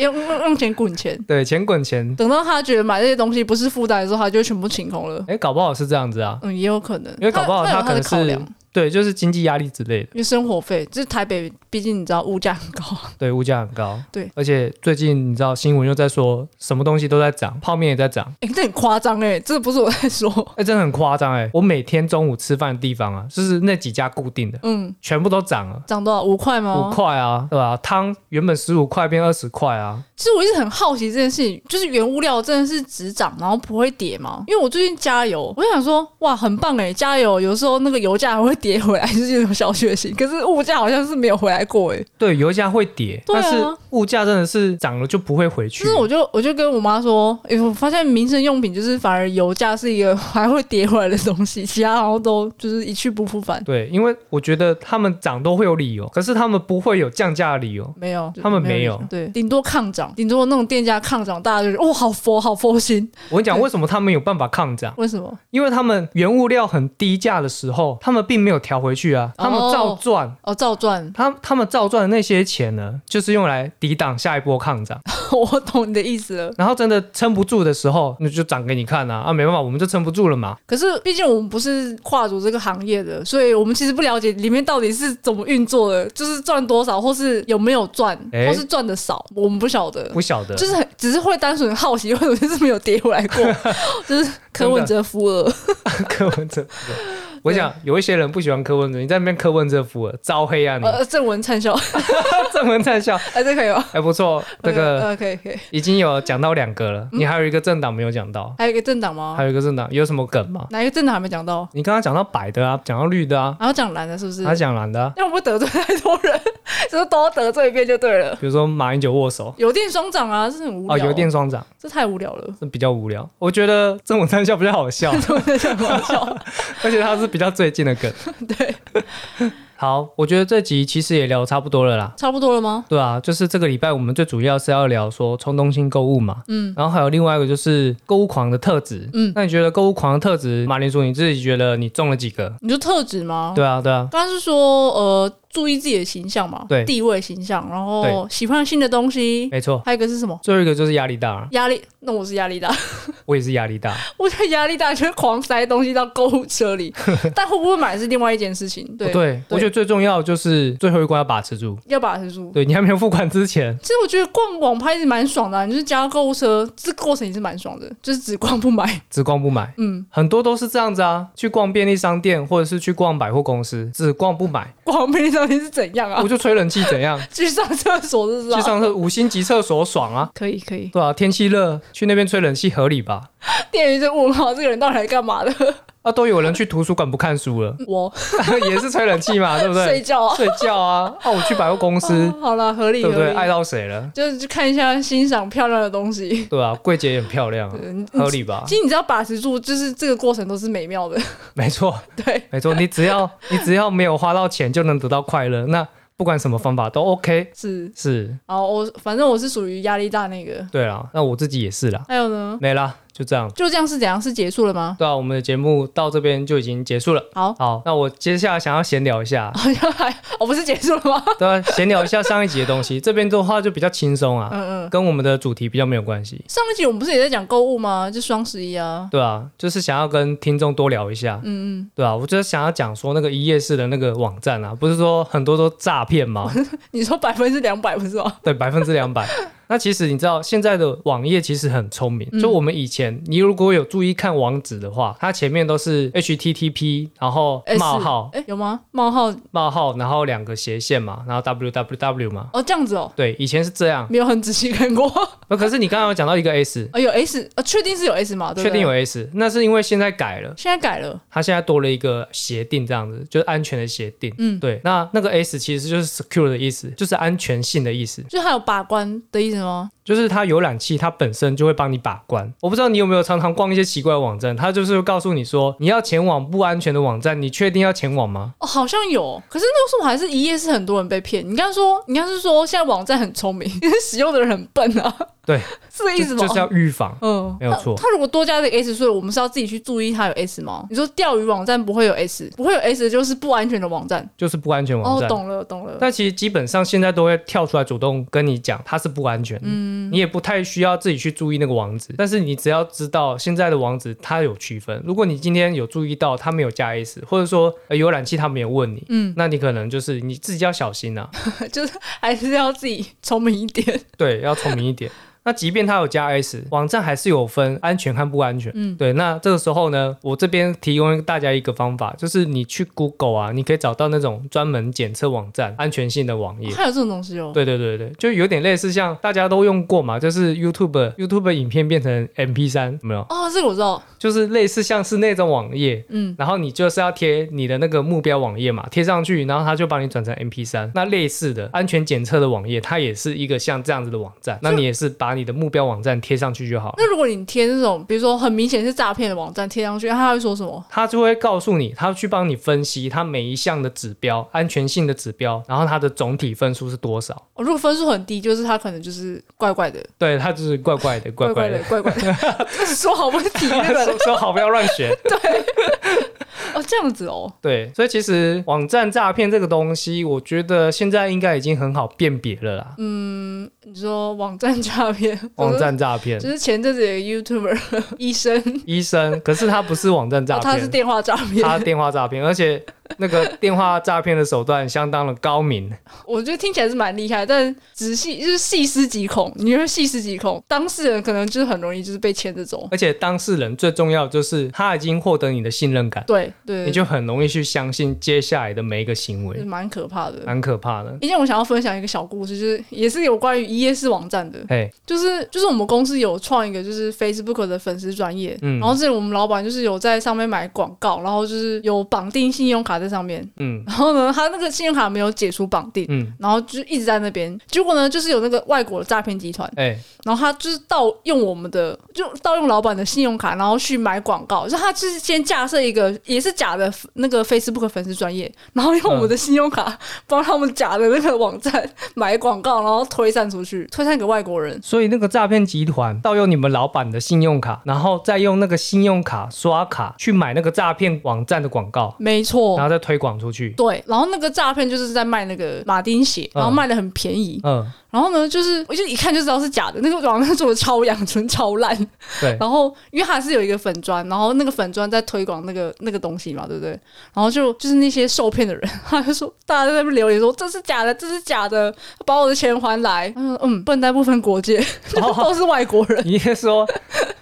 用用用钱滚钱。
对，钱滚钱。
等到他觉得买这些东西不是负担的时候，他就会全部清空了。
哎、搞不好是这样子啊，
嗯，也有可能，
因为搞不好
他有
可
的
能
考
是
量，
对，就是经济压力之类的，
因为生活费，就是台北，毕竟你知道物价很高，
对，物价很高，
对，
而且最近你知道新闻又在说什么东西都在涨，泡面也在涨，
哎、这很夸张哎，这不是我在说，
哎、真的很夸张哎，我每天中午吃饭的地方啊，就是那几家固定的，
嗯，
全部都涨了。
涨多少五块吗？
五。块啊，对吧、汤原本十五块变二十块啊，
其实我一直很好奇这件事情，就是原物料真的是只涨然后不会跌吗？因为我最近加油，我想说哇，很棒哎，加油！有时候那个油价还会跌回来，就是有种小确幸。 可是物价好像是没有回来过哎。
对，油价会跌，
对啊
但是物价真的是涨了就不会回去
就是。我就我就跟我妈说，哎、我发现民生用品就是反而油价是一个还会跌回来的东西，其他然后都就是一去不复返。
对，因为我觉得他们涨都会有理由，可是他们不会有降价的理由。
没有，
他们没有
对，顶多抗涨，顶多那种店家抗涨，大家就是哦，好佛，好佛心。
我跟你讲，
对
为什么他们有办法抗涨？
为什么？
因为他们原物料很低价的时候，他们并没有调回去啊，他们
哦
照赚。
哦，照赚。
他他们照赚的那些钱呢，就是用来抵挡下一波抗涨。
我懂你的意思了。
然后真的撑不住的时候，那就涨给你看啊！啊，没办法，我们就撑不住了嘛。
可是毕竟我们不是跨足这个行业的，所以我们其实不了解里面到底是怎么运作的，就是赚多少，或是有没有赚，
哎
或是赚的少，我们不晓得。
不晓得，
就是很只是会单纯好奇，为什么就是没有跌回来过？就是柯文哲夫了，
柯文哲。我想有一些人不喜欢柯文哲，你在那边柯文哲服了，招黑啊你！
呃，正文灿笑，
正文在笑，
哎，这可以吗？
还不错，这个
呃，可嗯以可以。
已经有讲到两个了，你还有一个政党没有讲到，
还有一个政党吗
还？有一个政党有什么梗吗？
哪一个政党还没讲到？
你刚刚讲到白的啊，讲到绿的啊，
然后讲蓝的，是不是？
他讲蓝的啊，
要不得罪太多人，就是都要得罪一遍就对了。
比如说马英九握手
有电双涨啊，这很无聊。
哦，邮电双涨，
这太无聊了。
这比较无聊。我觉得正文在笑比较好笑，
我在讲玩笑，
而且它是比较最近的梗。
对，
好，我觉得这集其实也聊差不多了啦。
差不多了吗？
对啊，就是这个礼拜我们最主要是要聊说冲动性购物嘛，
嗯，
然后还有另外一个就是购物狂的特质，
嗯
那你觉得购物狂的特质，马铃薯你自己觉得你中了几个？
你就特质吗？
对啊，对啊，
刚刚是说呃，注意自己的形象嘛，
对
地位形象，然后
对
喜欢新的东西，
没错。
还有一个是什么？
最后一个就是压力大，
压力，那我是压力大，
我也是压力大，
我觉得压力大就是狂塞东西到购物 车里，但会不会买是另外一件事情。对，
哦对我觉得最重要就是最后一关要把持住。
要把持住。
对你还没有付款之前，
其实我觉得逛网拍是蛮爽的、啊，你就是加购物车，这过程也是蛮爽的，就是只逛不买。
只逛不买，
嗯，
很多都是这样子啊。去逛便利商店或者是去逛百货公司，只逛不买，
逛便利商店是怎样啊
我？就吹冷气怎 样？
去上厕所是不是、
去
啊？
上厕五星级厕所爽啊！
可以可以，
对啊，天气热，去那边吹冷气合理吧？
店员就问号，这个人到底来干嘛的？
啊，都有人去图书馆不看书了，
我
也是吹冷气 嘛，对不
睡
对？
觉啊。
睡觉啊，啊，我去百货公司
啊，好了，合理
对不对？
合
爱
理，
到谁了？
就是去看一下欣赏漂亮的 东西。
对啊，柜姐也很漂亮啊，
嗯，
合理吧？
其实你只要把持住，就是这个过程都是 美妙的。
没错，
对，
没错，你只要你只要没有花到钱就能得到快乐，那不管什么方法都 OK。
是。
是，
哦，我反正我是属于压力大那个。
对啦，那我自己也是啦，
还有呢，
没啦，就这样。
就这样是怎样？是结束了吗？
对啊，我们的节目到这边就已经结束了。
好，
好，那我接下来想要闲聊一下，
好像还哦，不是结束了吗？
对啊，闲聊一下上一集的东西。这边的话就比较轻松啊，
嗯嗯。
跟我们的主题比较没有关系。
上一集我们不是也在讲购物吗？就双十一啊。
对啊，就是想要跟听众多聊一下，
嗯嗯，
对啊，我就是想要讲说那个一页式的那个网 站啊，不是说很多都诈骗吗？
你说百分之两百不是吗？
对，百分之两百。那其实你知道，现在的网页其实很聪
嗯
明，就我们以前你如果有注意看网址的话，它前面都是 HTTP，然后
S-
冒号
哎，有吗？冒号
冒号，然后两个斜线嘛，然后 www 嘛。
哦，这样子哦，
对，以前是这样。
没有很仔细看过。
呃可是你刚刚有讲到一个 S，
哦，有 S，呃，确定是有 S 吗？对不
确
对
定有，S，那是因为现在改了。
现在改了。
它现在多了一个协定，这样子就是安全的协定。
嗯
对。那那个 S 其实就是 secure 的意思，就是安全性的意思，
就还有把关的意思吗？
就是它浏览器它本身就会帮你把关。我不知道你有没有常常逛一些奇怪的网站，它就是会告诉你说你要前往不安全的网站，你确定要前往吗？
哦，好像有，可是那为什么还是一夜是很多人被骗？你刚刚说，你刚刚是说现在网站很聪明， 因为使用的人很笨啊？
对，
是这个意思
就
吗？
就是要预防。
嗯，
没有错
他如果多加了一个 S，所以我们是要自己去注意它有 S 吗？你说钓鱼网站不会有 S，不会有 S 就是不安全的网站。
就是不安全网
哦，
站。
懂了，懂了。
但其实基本上现在都会跳出来主动跟你讲它是不安全，嗯，你也不太需要自己去注意那个网址，但是你只要知道现在的网址它有区分，如果你今天有注意到它没有加 s，或者说呃浏览器它没有问你，
嗯，
那你可能就是你自己要小心 啊，
就是还是要自己聪明 一点。
对，要聪明一点。那即便它有加 S，网站还是有分安全和不安全。嗯，对。那这个时候呢，我这边提供大家一个方法，就是你去 Google 啊，你可以找到那种专门检测网站安全性的网页。
还有这种东西哦。
对对对对，就有点类似像大家都用过嘛，就是 YouTube YouTube 影片变成 MP 3有没有？
哦，这个我知道。
就是类似像是那种网页。
嗯，
然后你就是要贴你的那个目标网页嘛，贴上去，然后它就帮你转成 MP 3那类似的安全检测的网页，它也是一个像这样子的网站。那你也是把你的目标网站贴上去就好了。
那如果你贴那种，比如说很明显是诈骗的网站贴上去，啊他会说什么？
它就会告诉你，它去帮你分析它每一项的指标、安全性的指标，然后它的总体分数是多少。
哦，如果分数很低，就是他可能就是怪怪的，
对，它就是怪怪的，怪怪的。
怪怪的。 说好不提那个
说说好不要乱学，
哦，这样子哦。
对，所以其实网站诈骗这个东西，我觉得现在应该已经很好辨别了啦。
嗯你说网站诈骗，
网站诈骗，
嗯就是前阵子有个 YouTuber 医生，
医生，可是他不是网站诈
哦
骗，
他是电话诈骗。
他电话诈骗，而且那个电话诈骗的手段相当的高明。
我觉得听起来是蛮厉害，但仔细就是细思极恐，你说细思极恐，当事人可能就是很容易就是被牵着走。
而且当事人最重要就是他已经获得你的信任感，
对对，嗯
你就很容易去相信接下来的每一个行
对
为，
蛮可怕的。
蛮可怕的。
今天我想要分享一个小故事，就是也是有关于一页式网站的，
嘿，
就是就是我们公司有创一个就是 Facebook 的粉丝专业，
嗯
然后这我们老板就是有在上面买广告，然后就是有绑定信用卡在上面，
嗯
然后呢，他那个信用卡没有解除绑定，
嗯，
然后就一直在那边，结果呢，就是有那个外国的诈骗集团，
哎，
然后他就是盗用我们的，就盗用老板的信用卡，然后去买广告。就是他就是先架设一个也是假的那个 Facebook 粉丝专业，然后用我们的信用卡帮他们假的那个网站买广告，然后推散出去，推散给外国人。
所以那个诈骗集团盗用你们老板的信用卡，然后再用那个信用卡刷卡去买那个诈骗网站的广告，
没错
然，后再推广出去。
对。然后那个诈骗就是在卖那个马丁鞋，然后卖的很便宜。
嗯，
然后呢，就是我就一看就知道是假的，那个网站做的超阳春、超烂。
对，
然后因为它是有一个粉砖，然后那个粉砖在推广那个那个东西嘛，对不对？然后就就是那些受骗的人， 他就说大家在那边留言说这是假的，这是假的，把我的钱还来。他说嗯，笨蛋不分 国界， 就都是外国人。
你是说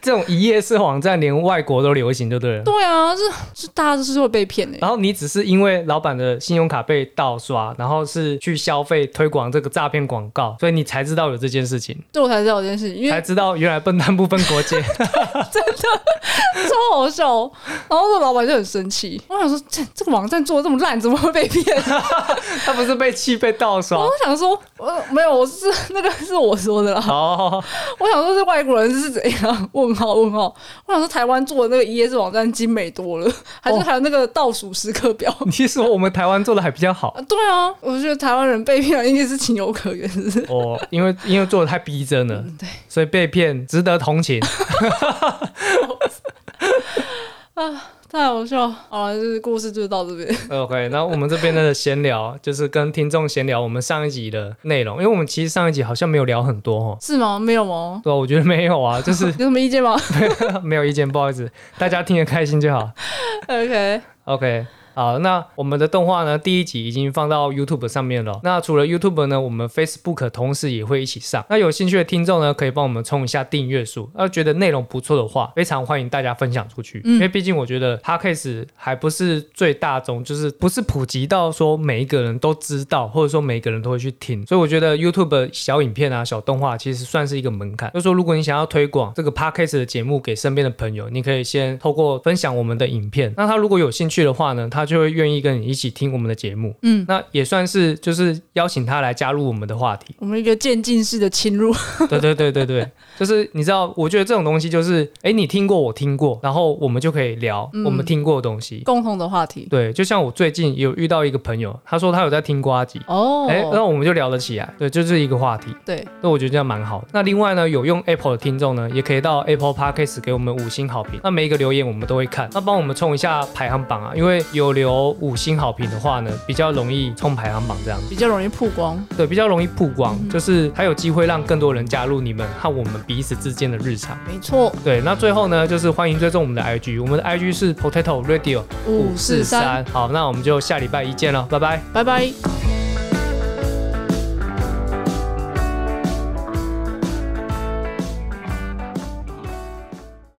这种一夜式网站连外国都流行，就对了。
对啊，这这大家都是会被骗的、
然后你只是因为老板的信用卡被盗刷，然后是去消费推广这个诈骗广告，所以你才知道有这件事情，
这我才知道这件事情，因
才
为
知道原来笨蛋不分国 界。
超好笑哦。然后那个老板就很生气，我想说这这个网站做的这么烂，怎么会被 骗？
他不是被气被盗刷
我。想说，呃，没有，我是那个是我说的啦。
哦，
我想说，这外国人是怎样？问号问号。我想说，台湾做的那个 ES 网站精美多了，还是
哦
还有那个倒数时刻表。
你说我们台湾做的还比较好
啊 对啊，我觉得台湾人被骗应该是情有可原，是不 是？
哦，因为因为做的太逼真了，
嗯对，
所以被骗值得同情。
啊太好笑了。好了，就是故事就到这边。
OK，那我们这边的闲聊 就是跟听众闲聊我们上一集的内容，因为我们其实上一集好像没有聊很多哦。
是吗？没有吗？
对啊，我觉得没有啊， 就是
有什么意见吗
没有意见，不好意思，大家听得开心就好。
？OK，
OK，好，那我们的动画呢，第一集已经放到 YouTube 上面了。那除了 YouTube 呢，我们 Facebook 同时也会一起上。那有兴趣的听众呢，可以帮我们冲一下订阅数。那觉得内容不错的话，非常欢迎大家分享出去，因为毕竟我觉得 Podcast 还不是最大众，就是不是普及到说每一个人都知道，或者说每一个人都会去听。所以我觉得 YouTube 小影片啊、小动画其实算是一个门槛。就是说如果你想要推广这个 Podcast 的节目给身边的朋友，你可以先透过分享我们的影片，那他如果有兴趣的话呢，他就会愿意跟你一起听我们的节目。
嗯，
那也算是就是邀请他来加入我们的话 题。
我们一个渐进式的侵入，
对对对对对，就是你知道，我觉得这种东西就是，哎，你听过我听过，然后我们就可以聊
嗯
我们听过的东西。
共同的话题。
对，就像我最近有遇到一个朋友，他说他有在听瓜吉。
哦，
哎，那我们就聊得起来，对，就是一个话题，
对，
那我觉得这样蛮好的。那另外呢，有用 Apple 的听众呢，也可以到 Apple Podcast 给我们五星好评。那每一个留言我们都会看，那帮我们冲一下排行榜啊，因为有留五星好评的话呢，比较容易冲排行榜这样。
比较容易曝光。
对，比较容易曝光，就是还有机会让更多人加入你们和我们彼此之间的日常。
没错，
对，那最后呢，就是欢迎追踪我们的 IG，我们的 IG 是 Potato Radio
五四三，
好，那我们就下礼拜一见了，拜拜。
拜拜。